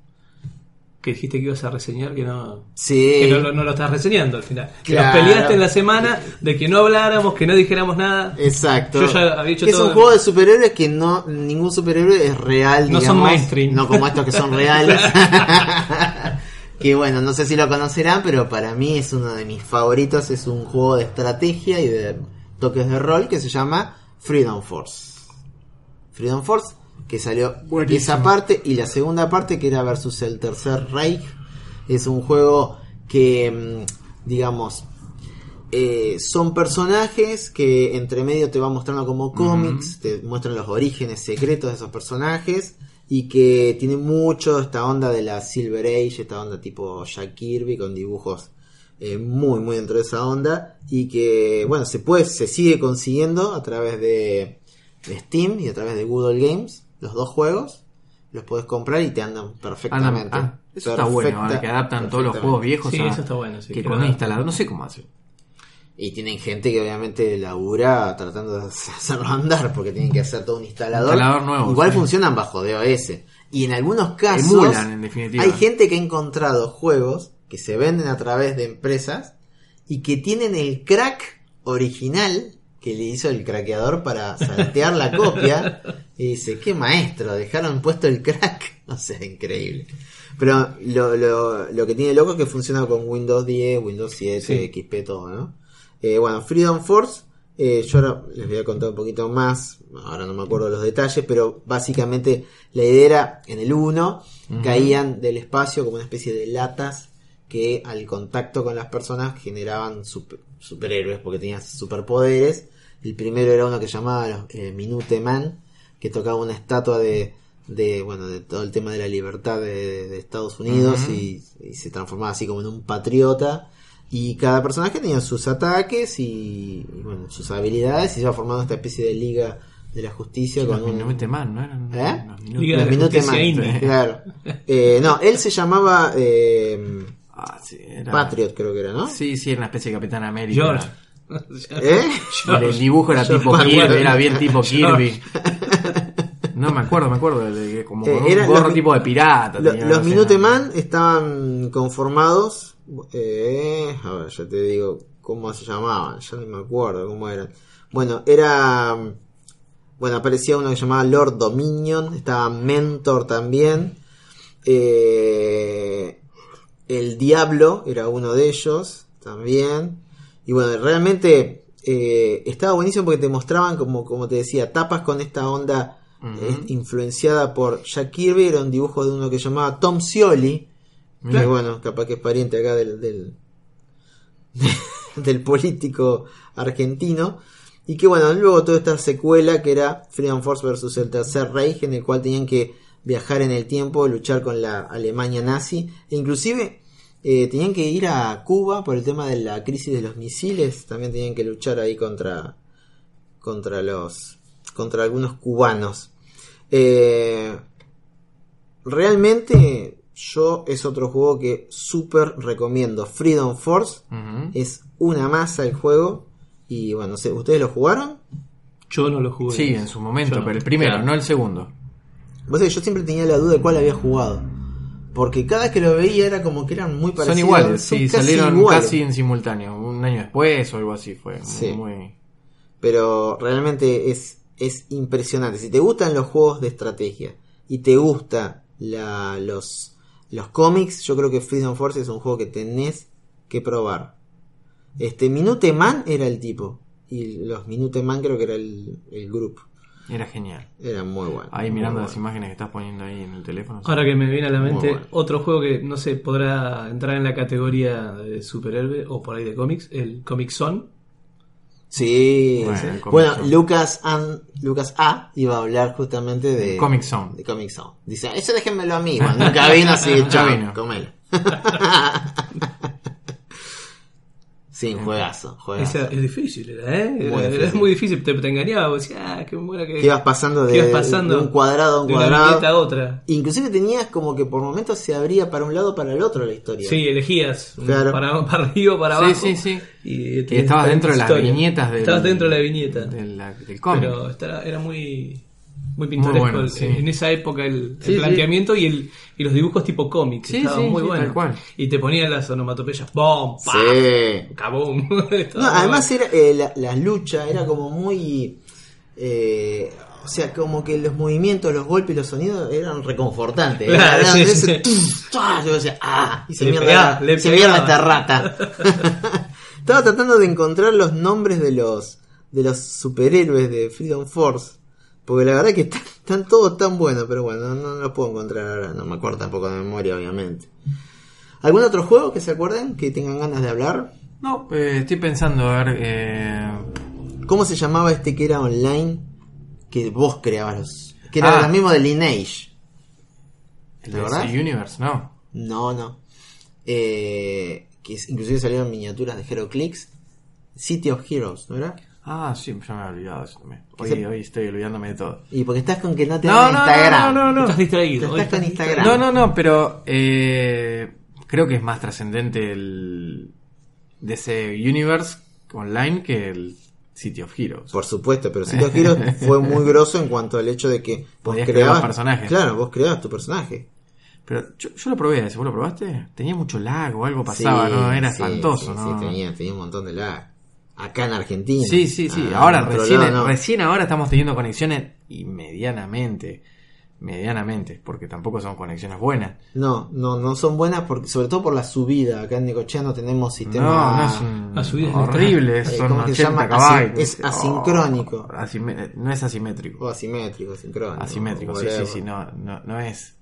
que dijiste que ibas a reseñar que no... Sí. Que no, lo- no lo estás reseñando al final. Que Eh. Claro. nos peleaste en la semana de que no habláramos, que no dijéramos nada. Exacto. Yo ya había hecho Que es todo de- un juego de superhéroes que no ningún superhéroe es real, No son digamos. mainstream. No como estos que son reales. que bueno, no sé si lo conocerán, pero para mí es uno de mis favoritos. Es un juego de estrategia y de toques de rol que se llama Freedom Force. Freedom Force, que salió Buenísimo. esa parte y la segunda parte que era versus el tercer Reich. Es un juego que, mm, digamos, eh, son personajes que entre medio te va mostrando como cómics, te muestran los orígenes secretos de esos personajes y que tiene mucho esta onda de la Silver Age, esta onda tipo Jack Kirby con dibujos eh, muy muy dentro de esa onda y que bueno se puede se sigue consiguiendo a través de, de Steam y a través de Google Games los dos juegos los puedes comprar y te andan Andan- perfectamente. ah, eso está Perfecta- bueno, ahora que adaptan todos los juegos perfectamente. viejos Sí, a- eso está bueno, sí, ah. que que con lo- instalado, no sé cómo hacen. Y tienen gente que obviamente labura tratando de hacerlo andar porque tienen que hacer todo un instalador. Instalador nuevo, Igual sí. funcionan bajo DOS. Y en algunos casos Emulan, en definitiva. hay gente que ha encontrado juegos que se venden a través de empresas y que tienen el crack original que que le hizo el craqueador para saltear la copia. Y dice, qué maestro, dejaron puesto el crack. O sea, increíble. Pero lo, lo, lo que tiene loco es que funciona con Windows 10, Windows 7, XP, todo, ¿no? Eh, bueno, Freedom Force, eh, yo ahora les voy a contar un poquito más, ahora no me acuerdo los detalles, pero básicamente la idea era, en el 1, caían del espacio como una especie de latas que al contacto con las personas generaban super- superhéroes porque tenían superpoderes. El primero era uno que llamaba eh, Minute Man, que tocaba una estatua de, de, bueno, de todo el tema de la libertad de, de Estados Unidos y, y se transformaba así como en un patriota. Y cada personaje tenía sus ataques y, y, bueno, sus habilidades y se iba formando esta especie de liga de la justicia Los con un, minutos más, ¿no? Eran ¿Eh? este, unos Liga minutos. de- los Minute Justicia Man, Indie. claro. Eh, no, él se llamaba eh, Ah, sí, era- Patriot, creo que era, ¿no? Sí, sí, era una especie de Capitán América. George. ¿Eh? El dibujo era tipo me acuerdo. Kirby, era bien tipo Kirby. No me acuerdo, me acuerdo, de, de- como Eh, con un era gorro los- tipo de pirata. Lo- tenía, no los sé, Minute no. Man estaban conformados. eh, a ver, ya te digo cómo se llamaban, ya no me acuerdo cómo eran. Bueno, era. Bueno, aparecía uno que se llamaba Lord Dominion, estaba Mentor también. eh, el Diablo era uno de ellos también. Y bueno, realmente eh, estaba buenísimo porque te mostraban, como, como te decía, tapas con esta onda eh, influenciada por Jack Kirby. Era un dibujo de uno que llamaba Tom Scioli. Que bueno, capaz que es pariente acá del, del, del político argentino. Y que bueno, luego toda esta secuela que era Freedom Force versus el Tercer Reich, en el cual tenían que viajar en el tiempo, luchar con la Alemania nazi. E inclusive eh, tenían que ir a Cuba por el tema de la crisis de los misiles. También tenían que luchar ahí contra, contra los contra algunos cubanos. Eh, realmente yo es otro juego que súper recomiendo. Freedom Force Ujú. es una masa el juego y bueno, no sé, ¿ustedes lo jugaron? Yo no lo jugué. Sí, en su momento, Yo no. pero el primero, Claro. no el segundo. Vos sabés que yo siempre tenía la duda de cuál había jugado. Porque cada vez que lo veía era como que eran muy parecidos. Son iguales, son sí, casi salieron iguales. casi en simultáneo, un año después o algo así fue. Sí. Muy... Pero realmente es, es impresionante. Si te gustan los juegos de estrategia y te gusta la, los, los cómics, yo creo que Freedom Force es un juego que tenés que probar. Este Minute Man era el tipo. Y los Minute Man creo que era el, el grupo. Era genial. Era muy bueno. Ahí muy mirando bueno. las imágenes que estás poniendo ahí en el teléfono. Ahora que me viene a la Muy mente bueno. otro juego que no sé, podrá entrar en la categoría de superhéroe o por ahí de cómics, el Comic Zone. Sí. Bueno, sí. el Comic Bueno, Zone. Lucas, An- Lucas A iba a hablar justamente de Comic Zone. de Comic Zone. Dice, eso déjenmelo a mí. Bueno, nunca vino así, Nunca chao, vino. comelo. sí, juegazo, Ah. juegazo. Esa es difícil, era, ¿eh? Era- Muy era difícil. muy difícil, te, te engañaba, vos decías, ah, qué buena que. Que ibas pasando de, que ibas pasando de un cuadrado a un de Una viñeta a cuadrado. otra. Inclusive tenías como que por momentos se abría para un lado para el otro la historia. Sí, elegías Claro. para, para arriba, para Sí, abajo. sí, sí. Y, Que estabas dentro de las historia. viñetas del, Estabas dentro de la viñeta. de la- del cómic. pero estaba- era muy muy pintoresco bueno, el- sí. en esa época el, el Sí, sí. planteamiento y el y los dibujos tipo cómic Sí, estaban sí, muy sí, buenos tal cual. y te ponían las onomatopeyas ¡Bom! ¡Pa! Sí. ¡Cabum! No, además era, eh, la, la lucha era como muy... eh, o sea, como que los movimientos, los golpes, los sonidos eran reconfortantes. Claro, Era- sí, era sí. ese tum, tua, yo decía, ah, y se Le mierda, pegaba, le se mierda esta pegaba. rata. Estaba tratando de encontrar los nombres de los de los superhéroes de Freedom Force. Porque la verdad que están, están todos tan buenos, pero bueno, no, no los puedo encontrar ahora. No me acuerdo tampoco de memoria, obviamente. ¿Algún otro juego que se acuerden que tengan ganas de hablar? No, eh, estoy pensando, a ver... eh, ¿Cómo se llamaba este que era online? Que vos creabas los. Que era Ah. lo mismo de Lineage. el ¿Te de acordás? DC Universe, ¿no? No, no. Eh, que es- inclusive salieron miniaturas de Heroclix. City of Heroes, ¿no era? Ah, sí, ya me había olvidado eso también. Hoy, Ese- hoy estoy olvidándome de todo. Y porque estás con que no te No, dan no, no, Instagram. no, no, no. estás distraído Estás con Instagram. No, no, no, pero eh, creo que es más trascendente el DC Universe online que el City of Heroes. Por supuesto, pero City of Heroes fue muy grosso en cuanto al hecho de que vos Podías crear creabas. los personajes. Claro, vos creabas tu personaje. Pero yo, yo lo probé ese, ¿vos lo probaste? Tenía mucho lag o algo pasaba, Sí, ¿no? Era sí, espantoso, sí, ¿no? Sí, tenía, tenía un montón de lag. acá en Argentina. Sí, sí, sí. Ah, ahora, en otro recién, lado no. recién ahora estamos teniendo conexiones y medianamente. Medianamente, porque tampoco son conexiones buenas. No, no, no son buenas, porque, sobre todo por la subida. Acá en Necochea no tenemos sistema. no, no es un- la subida es horrible, Eh, son ¿cómo que se 80 llama? Asi- caballos. es Oh, asincrónico. asime- no es asimétrico. O asimétrico, sincrónico. Asimétrico, o sí, sí, whatever. sí, no, no, no es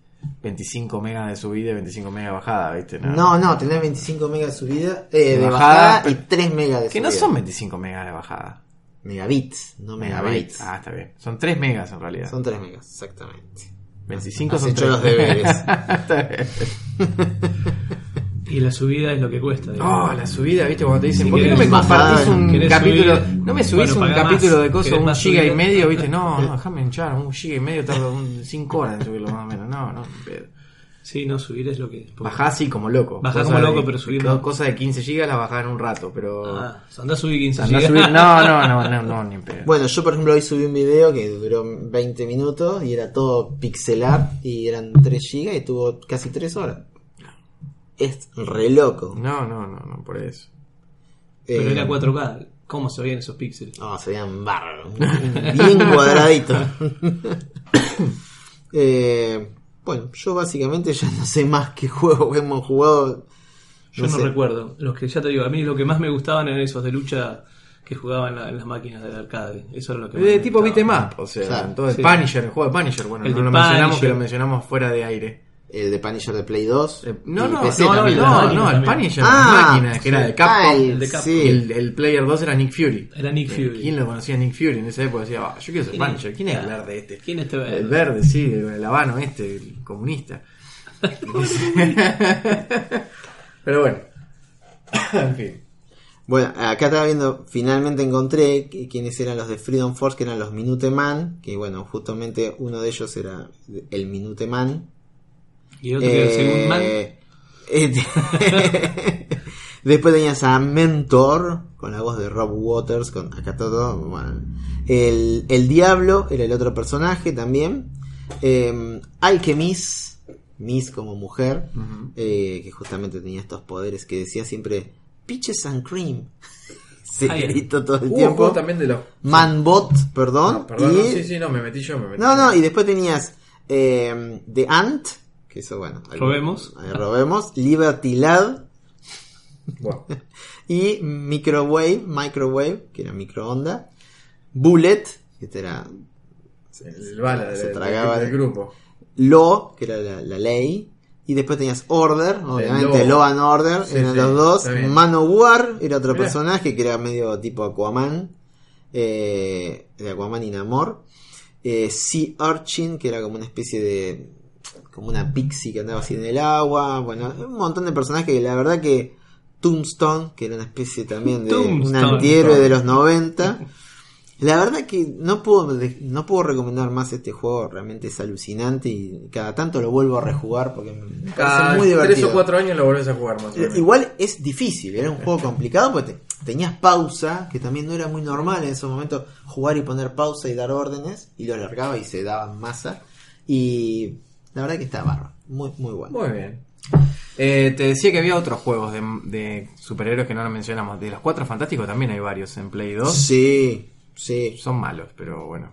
25 megas de subida y 25 megas de bajada, ¿viste? No, no, tenés 25 megas de subida, eh, De de bajada, bajada, pero- y 3 megas de Que subida. no son 25 megas de bajada. megabits, no megabytes. Ah, está bien. Son 3 megas en realidad. Son 3 megas, exactamente. 25 Has son hecho 3. los deberes. Está bien. Y la subida es lo que cuesta. digamos. Oh, la subida, ¿viste? Cuando te dicen, Si ¿por qué no me querés compartís bajar, un querés capítulo? subir, no me subís bueno, un paga capítulo más. de cosas, Querés un más giga y subida. medio, ¿viste? No, no, déjame hinchar, un giga y medio tarda 5 horas en subirlo más o menos. No, no, pero- Sí, no, subir es lo que. porque- Bajás así como loco. Bajás Cosa como loco, de- pero subís co- más. Cosas de 15 gigas las bajás en un rato, pero. Ah, andá a subir 15 Andá a gigas. subir- No, no, no, no, no, ni en pedo. Bueno, yo por ejemplo hoy subí un video que duró 20 minutos y era todo pixelar y eran 3 gigas y tuvo casi 3 horas. Es re loco. No, no, no, no, por eso. Pero Eh, era 4K. ¿Cómo se veían esos píxeles? No, se veían bárbaros. Bien cuadraditos. Eh, bueno, yo básicamente ya no sé más qué juego hemos jugado. Yo no, sé. recuerdo. Los que ya te digo, a mí lo que más me gustaban eran esos de lucha que jugaban la- en las máquinas del arcade. Eso era lo que más De me tipo beat gustaba. em up, o sea, Claro, todo el sí. Punisher, el juego de Punisher, bueno, El no de lo mencionamos, Punisher. que lo mencionamos fuera de aire. El de Punisher de Play 2. Eh, No, y no, PC no, no, también. no, también. no, el Punisher, Ah, la máquina, que era de Capcom. Ah, el, el de sí. Capcom. El, el Player 2 era Nick Fury. Era Nick Fury. ¿Quién lo conocía a Nick Fury? En esa época decía, "Ah, yo quiero ser ¿Quién es? Punisher. ¿Quién es el verde este? ¿Quién es este verde? Eh, El verde, sí, el habano este, el comunista. Pero bueno. en fin. Bueno, acá estaba viendo, finalmente encontré que- quiénes eran los de Freedom Force, que eran los Minuteman, que bueno, justamente uno de ellos era el Minuteman. Y el otro que era el Según Man. Eh, eh, Después tenías a Mentor, con la voz de Rob Waters, con acá todo. bueno. El, el Diablo era el otro personaje también. Eh, Alchemist, Miss como mujer, eh, que justamente tenía estos poderes que decía siempre Peaches and Cream. Se Ah, bien. gritó todo el Hubo un tiempo. juego Uh, también de los. Manbot, perdón. No, perdón, y- no, sí, sí, no, me metí yo, me metí. no, no, yo. y después tenías eh, The Ant, que eso, bueno. ahí- Robemos. ahí robemos. Liberty Lad Bueno, y Microwave, Microwave, que era microonda. Bullet, que este era el bala Se del, tragaba del de- grupo. Law, que era la, la ley. Y después tenías Order, obviamente, Law. Law and Order, Sí, eran sí, los dos. está bien. Manowar era otro Mirá. personaje que era medio tipo Aquaman, eh, de Aquaman y Namor. Eh, sea Urchin, que era como una especie de. como una pixie que andaba así en el agua. Bueno, un montón de personajes que la verdad que. Tombstone, que era una especie también de. un Tombstone. antihéroe de los 90. La verdad que no puedo, de- no puedo recomendar más este juego, realmente es alucinante y cada tanto lo vuelvo a rejugar porque me Cada parece muy divertido. Ah, Eh, tres o cuatro Este. años lo volvés a jugar más o menos. Igual es difícil, era un juego complicado porque te- tenías pausa, que también no era muy normal en esos momentos jugar y poner pausa y dar órdenes, y lo alargaba y se daba masa. Y la verdad que está barro, muy, muy bueno. Muy bien. Eh, te decía que había otros juegos de, de superhéroes que no lo mencionamos. De los cuatro fantásticos también hay varios en Play 2. Sí, sí. Son malos, pero bueno.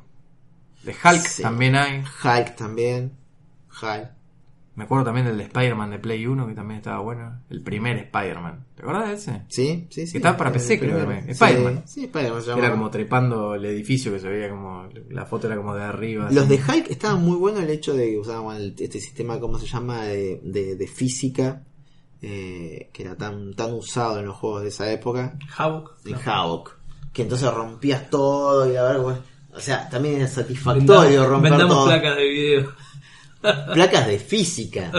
De Hulk Sí. también hay. Hulk también. Hulk. Me acuerdo también del de Spider-Man de Play 1, que también estaba bueno. El primer Spider-Man. ¿Te acordás de ese? Sí, sí, sí. Estaba para El PC, creo, primero. que Spider-Man. Sí, sí, Spider-Man se Era llamaba. como trepando el edificio que se veía como. La foto era como de arriba. Los así. de Hulk estaban muy buenos el hecho de que usaban el- este sistema, ¿cómo se llama?, de, de- de física, eh, que era tan, tan usado en los juegos de esa época, Havoc. de No. Havoc, que entonces rompías todo y la verdad, bueno, o sea, también era Vendamos- satisfactorio romper vendamos todo. placas de video. Placas de física.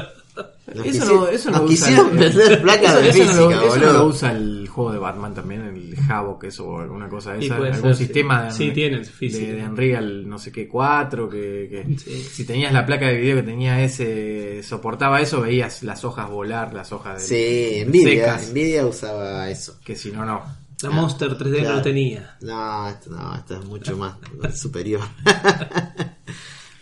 Eso Nos quisi- no- eso no nos usa quisieron el- vender placas Eso, de eso física, no lo, eso no boludo. lo usa el juego de Batman también, el Havoc, eso o alguna cosa de Sí, esa. puede Algún ser, sí. sistema Sí, de, tienen de, física. de Unreal, no sé qué, 4. Que, que- Sí. Si tenías la placa de video que tenía ese, soportaba eso, veías las hojas volar, las hojas de, Sí, Nvidia, secas. Nvidia usaba eso. Que si no, no. La Monster 3D no Claro. lo tenía. No, esto, no, esto es mucho más superior.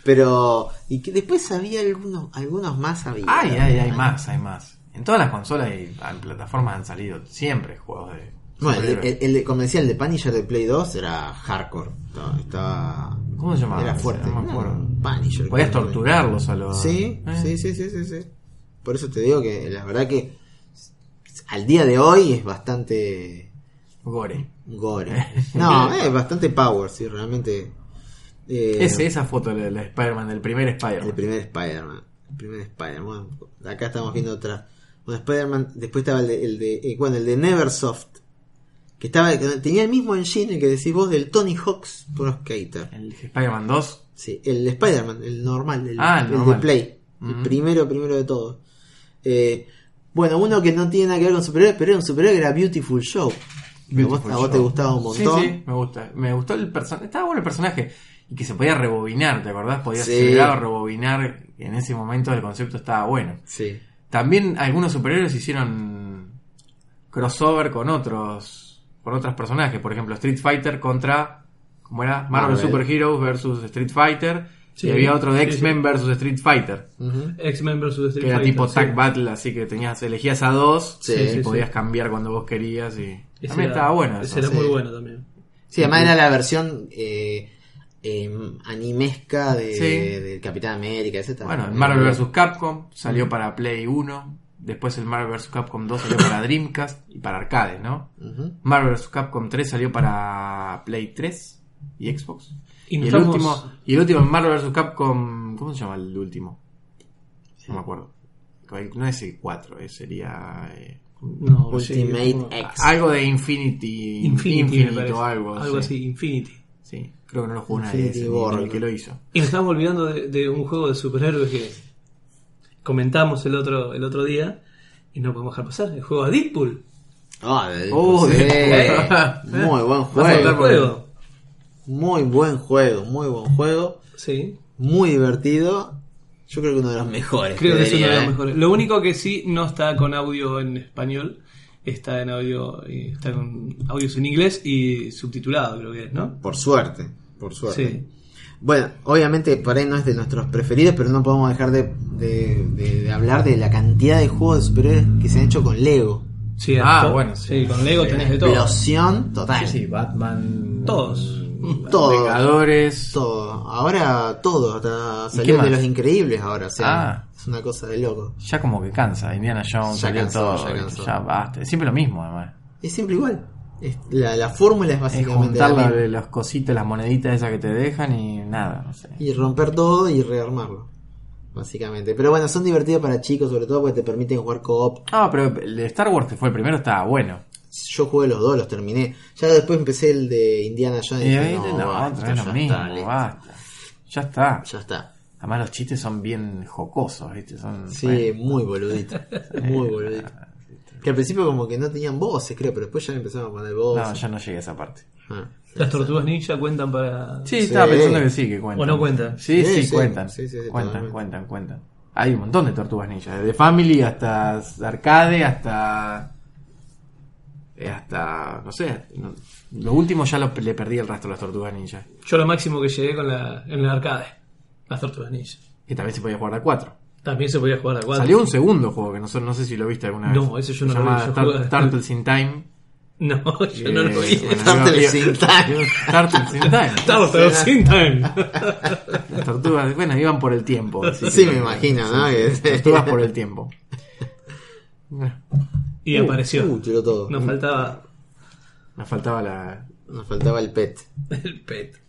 Pero, y que después había algunos, algunos más había. Ay, ay, hay más, hay más. En todas las consolas y en plataformas han salido siempre juegos de. Bueno, el, de- el- el de- como decía, el de Punisher de Play 2 era hardcore. Estaba. estaba- ¿Cómo se llamaba Era ese? fuerte. No me acuerdo. Punisher. Podías creo que- torturarlos a los. Sí, ¿eh? sí, sí, sí, sí, sí. Por eso te digo que la verdad que al día de hoy es bastante Gore. gore. No, es bastante power, sí, realmente. Eh, Es esa foto de la Spider-Man, del primer El Spider-Man. primer Spider-Man. El primer Spider-Man. Acá estamos viendo otra. Bueno, Spider-Man. Después estaba el de, el de- eh, bueno, el de Neversoft. Que estaba, que tenía el mismo engine que decís vos del Tony Hawk's Pro Skater. El Spider-Man 2. Sí, el Spider-Man, el normal, el, Ah, el el normal. Mm. de Play. El primero, primero de todo. Eh, bueno, uno que no tiene nada que ver con superhéroes, pero era un superhéroe que era Beautiful Show. Que a vos- Beautiful a vos Show. te gustaba un montón. Sí, sí, me gusta. Me gustó el personaje. Estaba bueno el personaje. Y que se podía rebobinar, ¿te acordás? Podías Sí. acelerar o rebobinar. En ese momento el concepto estaba bueno. Sí. También algunos superhéroes hicieron crossover con otros con otros personajes, por ejemplo Street Fighter contra ¿cómo era? Marvel, Marvel. Super Heroes versus Street Fighter Sí, y había otro de sí, sí. X-Men versus Street Fighter, Ujú. X-Men vs. Street que era Fighter, tipo sí. tag battle, así que tenías elegías a dos Sí, y sí, podías sí. cambiar cuando vos querías y Ese también era- estaba bueno eso. Ese era sí. muy bueno también. Sí, además era la versión eh, em, animesca de, Sí. del Capitán América, etc. Bueno, el Marvel vs Capcom salió para Play 1, después el Marvel vs Capcom 2 salió para Dreamcast y para arcade, ¿no? Ujú. Marvel vs. Capcom 3 salió para Play 3 y Xbox. Y, Y nos el estamos- último, y el último Marvel vs. Capcom. ¿Cómo se llama el último? No me acuerdo. No es el 4, eh, sería. eh, No, Ultimate sí, como- X. algo de Infinity. Infinity, me Infinite parece. o algo. sí. así, Infinity. Sí, creo que no lo jugó nadie. Infinity Ese, ni- Borg. ni el que lo hizo. Y nos estamos olvidando de, de un juego de superhéroes que comentamos el otro, el otro día y no podemos dejar pasar. El juego de Deadpool. Ah, del- Oh, sí. Deadpool. Muy buen Vas a El hablar por- juego. juego. Muy buen juego, muy buen juego. Sí. Muy divertido. Yo creo que uno de los mejores. Creo te que es uno diría, de los ¿eh? mejores. Lo único que sí no está con audio en español, está en audio, eh, está con audios en inglés y subtitulado, creo que es, ¿no? Por suerte, por suerte. Sí. Bueno, obviamente por ahí no es de nuestros preferidos, pero no podemos dejar de, de- de- de hablar de la cantidad de juegos de superhéroes que se han hecho con Lego. Sí, Ah, con- bueno, Sí, con Lego tenés de todo. Explosión total. Batman. Todos. Todo. Vengadores. Todo. Ahora todo. Hasta ¿Y qué salió más? de los increíbles ahora. O sea, Ah. es una cosa de loco. Ya como que cansa. Indiana Jones. Ya salió cansó, todo, ya ya, cansó. basta. Es siempre lo mismo, además. Es siempre igual. Es- la, la fórmula es Es básicamente la juntar la- misma. las cositas, las moneditas esas que te dejan y nada, no sé. Y romper todo y rearmarlo. Básicamente. Pero bueno, son divertidos para chicos, sobre todo porque te permiten jugar co-op. Ah, pero el de Star Wars que fue el primero estaba bueno. Yo jugué los dos, los terminé. Ya después empecé el de Indiana Jones. y Y dije, ahí no, basta, otra vez ya lo mismo, está, listo, basta. Ya está. Ya está. Además los chistes son bien jocosos, ¿viste? Son, Sí, bueno, muy boludito. Muy boludito. Que al principio como que no tenían voces, creo, pero después ya empezaron a poner voces. no, yo no llegué a esa parte. Ah. Las tortugas ninja cuentan para. Sí, Sí. estaba pensando que sí, que cuentan. ¿O no cuentan? Sí, sí, Sí, sí, cuentan. sí, sí, sí, cuentan, totalmente. cuentan, cuentan. Hay un montón de tortugas ninja, desde Family hasta Arcade, hasta... eh, Hasta... No sé. no- lo último ya lo- le perdí el rastro a las tortugas ninja. Yo lo máximo que llegué con la, en el arcade, las tortugas ninja. Que también se podía jugar a 4. También se podía jugar a cuatro. Salió un segundo juego que no, sé- no sé si lo viste alguna vez. No, ese yo no Se lo vi, llama yo Tar- jugué- Turtles in Time. No, yo no lo vi. Eh, bueno, Turtles iba- in Time. Turtles in Time. Turtles in Time. Las tortugas, bueno, iban por el tiempo. así Sí, que- me imagino, ¿no? Que- Tortugas por el tiempo. Y apareció. Uh, tiró todo. Nos faltaba Nos faltaba la... Nos faltaba el pet. el pet.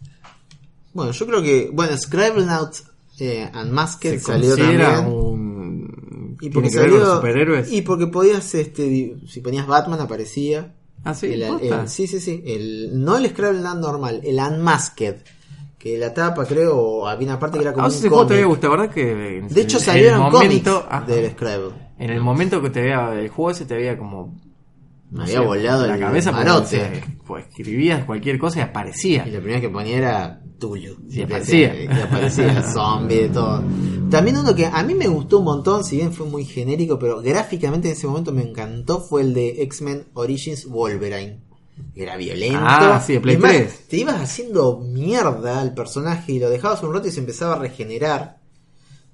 Bueno, yo creo que... Bueno, Scribblenauts eh, Unmasked salió considera también. un... Y ¿Tiene porque que ver con salió- superhéroes? Y porque podías, este, di- si ponías Batman aparecía. Ah, sí, El- el- posta. eh, sí, sí, sí. El, no el Scrabble normal, el Unmasked. Que la tapa, creo, o había una parte que era como Ah, un ese juego te había cómic. gustado, ¿verdad? Que en- De hecho, en el salieron cómics momento- Ajá. del Scrabble. En el momento que te había... El juego ese te había como... Me no había sé, volado la el cabeza porque marote. decías, pues, escribías cualquier cosa y aparecía. Y lo primero que ponía era Tuyo. Y aparecía. Y aparecía el zombie, de todo. También uno que a mí me gustó un montón, si bien fue muy genérico, pero gráficamente en ese momento me encantó, fue el de X-Men Origins Wolverine. Era violento. Ah, sí, de Play Es más, 3. Te ibas haciendo mierda al personaje y lo dejabas un rato y se empezaba a regenerar.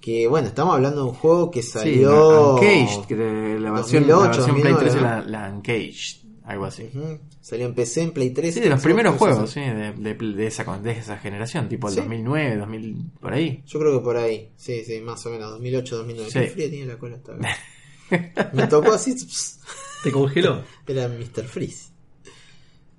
Que bueno, estamos hablando de un juego que Sí, salió. la Uncaged, que de- la versión, la 2008, versión Play 3 2009, era la Uncaged. algo así. Ujú. Salió en PC, en Play 3. Sí, de los Xbox primeros 360. juegos, sí, de, de- de esa, de esa generación, tipo el Sí. 2009, 2000, por ahí. Yo creo que por ahí, sí, sí, más o menos, 2008, 2009. Sí. Qué frío tiene la cola hasta ahora. Me tocó así, pss, Te congeló. era Mr. Freeze.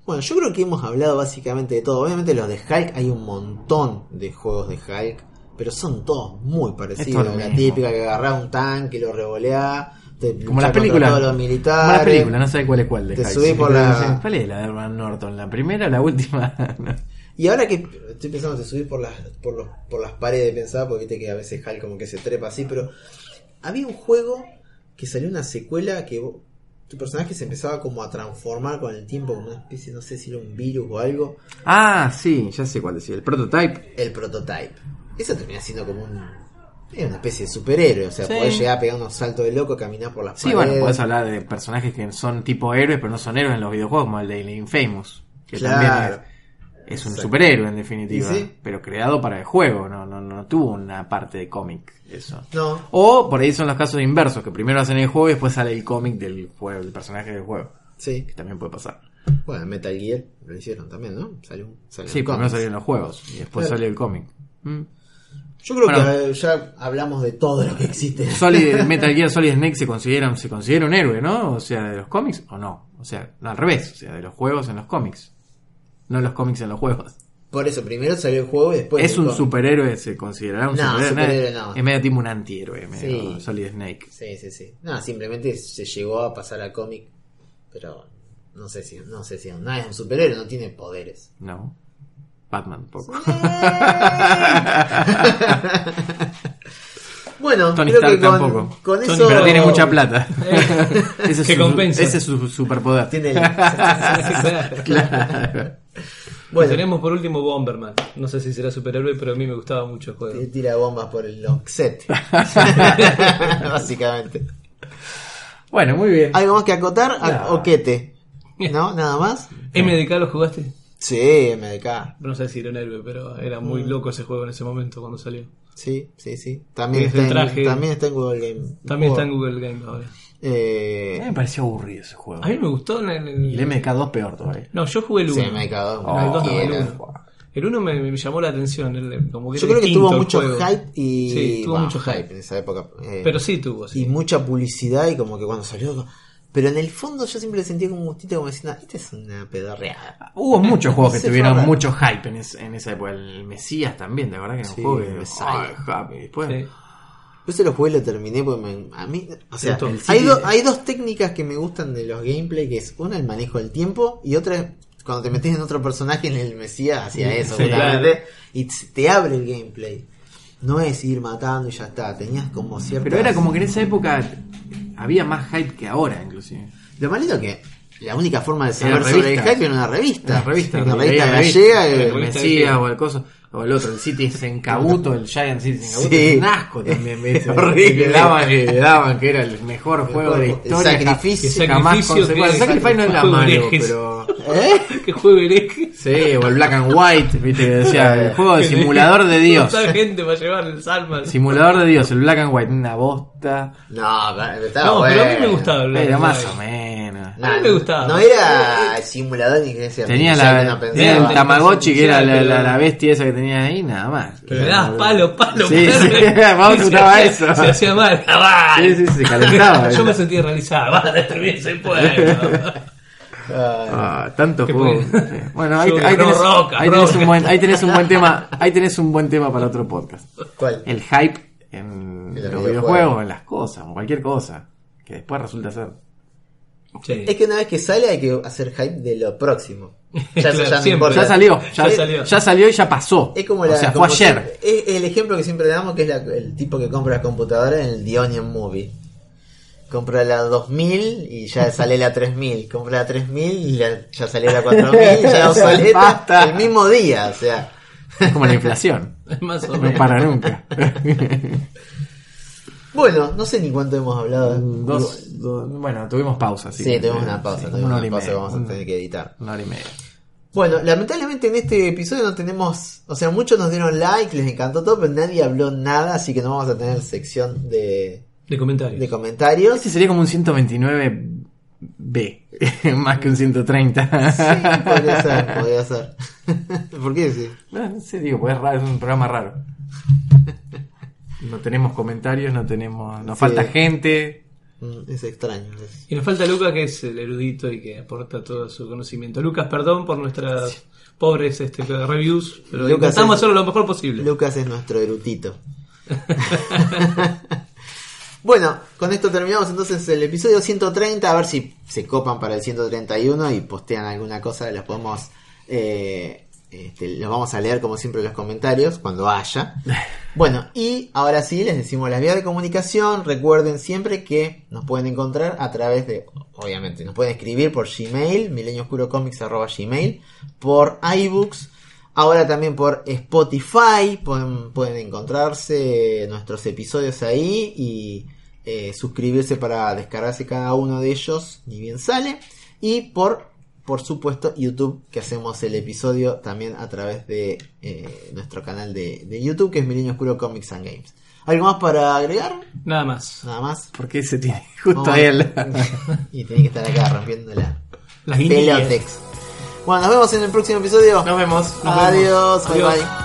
Bueno, yo creo que hemos hablado básicamente de todo. Obviamente los de Hulk, hay un montón de juegos de Hulk, pero son todos muy Es todo parecidos. lo La mismo. típica que agarrás un tanque, lo revoleás, te Como las luchás contra películas. todos los militares. Como las películas, no sé cuál es cuál de Te Hulk, subí sí, por pero la- no sé, ¿Cuál es la de Edward Norton? ¿La primera o la última? No. Y ahora que estoy pensando de subir por las, por, los, por las paredes de pensar, porque viste que a veces Hal como que se trepa así, pero había un juego que salió una secuela que vos- tu personaje se empezaba como a transformar con el tiempo, como una especie, no sé si era un virus o algo, Ah, sí, ya sé cuál decía. El prototype. el prototype. Eso termina siendo como un, es una especie de superhéroe, o sea, Sí. podés llegar a pegar unos saltos de loco, caminar por las Sí, paredes. bueno, podés hablar de personajes que son tipo héroes, pero no son héroes en los videojuegos, como el de Infamous. Que Claro. también es, es un Exacto. superhéroe en definitiva. Y sí. Pero creado para el juego, no, no, no tuvo una parte de cómic eso. No, O por ahí son los casos inversos, que primero hacen el juego y después sale el cómic del juego, el personaje del juego. sí. Que también puede pasar. Bueno, Metal Gear lo hicieron también, ¿no? Salió un salió Sí, un primero cómic. salieron los juegos y después Claro. salió el cómic. Mm. Yo creo Bueno. que eh, ya hablamos de todo lo que existe. Solid, eh, Metal Gear Solid Snake se considera, se considera un héroe, ¿no? O sea, de los cómics o no. O sea, no, al revés, o sea, de los juegos en los cómics. No los cómics en los juegos. Por eso, primero salió el juego y después. es el un cómic. superhéroe, se considerará un No, superhéroe no. Es medio tipo un antihéroe, medio Sí. Solid Snake. Sí, sí, sí. No, simplemente se llegó a pasar a cómic. Pero no sé si. No sé si. No es un superhéroe, no tiene poderes. No. Batman poco. bueno, Tony creo Stark que con, tampoco. con Tony- eso. Pero tiene mucha plata. ese, es Que su, compensa. ese es su superpoder. Tiene Claro. Bueno, bueno, tenemos por último Bomberman. No sé si será superhéroe, pero a mí me gustaba mucho el juego. tira bombas por el long set. Básicamente. Bueno, muy bien. ¿Algo más que acotar? A- No. Oquete. ¿No? ¿Nada más? ¿MDK lo jugaste? Sí, MDK. No sé si era un héroe, pero era muy loco ese juego en ese momento cuando salió. Sí, sí, sí. También, Desde está en, el traje. también está en Google Game. También está en Juego. Google Game A ahora. mí Eh, me pareció aburrido ese juego. A mí me gustó en el- Y el MK2 peor todavía. No, yo jugué el 1. sí, me cagó. Oh, No, el 2 no, el quiera. 1. El 1 me, me llamó la atención. el- como que Yo era creo que distinto tuvo el mucho juego. hype y. Sí, tuvo bah, mucho hype. en esa época. eh, Pero sí tuvo, Y sí. mucha publicidad y como que cuando salió. Pero en el fondo yo siempre le sentía como un gustito como diciendo, esta es una pedorreada. Hubo muchos juegos que Sí, tuvieron fue mucho hype en, es- en esa época. El Mesías también, la verdad que era un Sí, oh, juego que. el Messiah. Ah, hype. Y después- Sí. Yo se lo jugué y lo terminé porque me- a mí. O sea, Cierto, el hay, City- dos- hay dos técnicas que me gustan de los gameplay, que es una el manejo del tiempo y otra es cuando te metes en otro personaje en el Mesías hacia eso, Sí, justamente, y t- te abre el gameplay. No es ir matando y ya está, tenías como cierto. Pero era como que en esa época había más hype que ahora, inclusive. Lo malito que la única forma de Era saber sobre el revista. hype era una revista. Una revista, Una que leía revista gallega. revista, eh, el revista Mesías gallega. o el coso, o el otro, el City Cabuto, el Giant City Senkabuto, Sí. es un asco también, ¿viste? Horrible. Le daban, le daban que era el mejor juego de la juego, el historia. sacrificio. jamás Sacrificio conse- que- bueno, el Sacrifice no era juego de malo, herejes. pero... ¿Eh? Que juego hereje. Sí, o el Black and White, viste, que decía, el juego de Que simulador de Dios. Toda gente va a llevar el Salman. Simulador de Dios, el Black and White, una bosta. No, pero estaba no, pero a mí me bueno. gustaba el Pero Black más Knight. o menos. A mí me gustaba. No era simulador ni que sea Tenía artificial, la, que no pensaba. tenía el pensaba. Tamagotchi, que era la, la- la Pero- bestia esa que tenía ahí, nada más. Pero le dabas palo, palo, Eh, Sí, perro. sí, a Mau le Se gustaba hacía- eso. Se hacía mal. ¡Ah, Sí, sí, se calentaba. Yo me sentía realizado. Va, destruir ese pueblo. Ah, Ah, tanto Qué juego. bueno. Sí. Bueno, ahí, Yo, ahí no, tenés, roca, ahí tenés un roca. buen, ahí tenés un buen tema, ahí tenés un buen tema para otro podcast. ¿Cuál? El hype en los En los videojuegos, videojuegos, en las cosas, en cualquier cosa, que después resulta ser. Sí. Es que una vez que sale hay que hacer hype de lo próximo. Ya, Claro, eso ya no siempre. importa. Ya salió, ya, Ya salió. ya salió y ya pasó. Es como o la, sea, como fue ayer. si- es el ejemplo que siempre damos que es la- el tipo que compra las computadoras en el The Onion Movie. Compra la 2000 y ya sale la 3000. Compra la 3000 y la- ya salió la 4000 y ya obsoleta Basta. el mismo día. O sea, Es como la inflación. Más o No menos. para nunca. bueno, no sé ni cuánto hemos hablado. Mm, Dos- dos- bueno, tuvimos pausa. sí, que- tuvimos una pausa. sí, tuvimos una una hora y pausa que media. Mm. vamos a tener que editar. Una hora y media. Bueno, lamentablemente en este episodio no tenemos, o sea, muchos nos dieron like, les encantó todo, pero nadie habló nada, así que no vamos a tener sección de, De comentarios. de comentarios. Este sería como un 129 B, más que un 130. Sí, podría ser, podría ser. ¿Por qué sí? No, no sé, digo, pues es raro, es un programa raro. No tenemos comentarios, no tenemos. Nos Sí. falta gente. Mm, Es extraño. es- Y nos falta Lucas, que es el erudito y que aporta todo su conocimiento. Lucas, perdón por nuestras pobres este, reviews, pero Lucas intentamos es- hacerlo lo mejor posible. Lucas es nuestro erutito. bueno, con esto terminamos entonces el episodio 130. A ver si se copan para el 131 y postean alguna cosa. Los podemos. eh, este, los vamos a leer como siempre en los comentarios cuando haya. Bueno, y ahora sí les decimos las vías de comunicación. Recuerden siempre que nos pueden encontrar a través de, obviamente, nos pueden escribir por Gmail, milenioscurocomics.gmail, por iBooks, ahora también por Spotify. Pueden, pueden encontrarse nuestros episodios ahí y eh, suscribirse para descargarse cada uno de ellos, ni bien sale. Y por por supuesto YouTube, que hacemos el episodio también a través de eh, nuestro canal de, de YouTube, que es Milenio Oscuro Comics and Games. ¿Algo más para agregar? Nada más. Nada más. ¿Por qué se tiene justo Vamos. él? y tenés que estar acá rompiendo la Las guiñillas. pelotex. Bueno, nos vemos en el próximo episodio. Nos vemos. nos vemos. Adiós, bye Adiós. bye.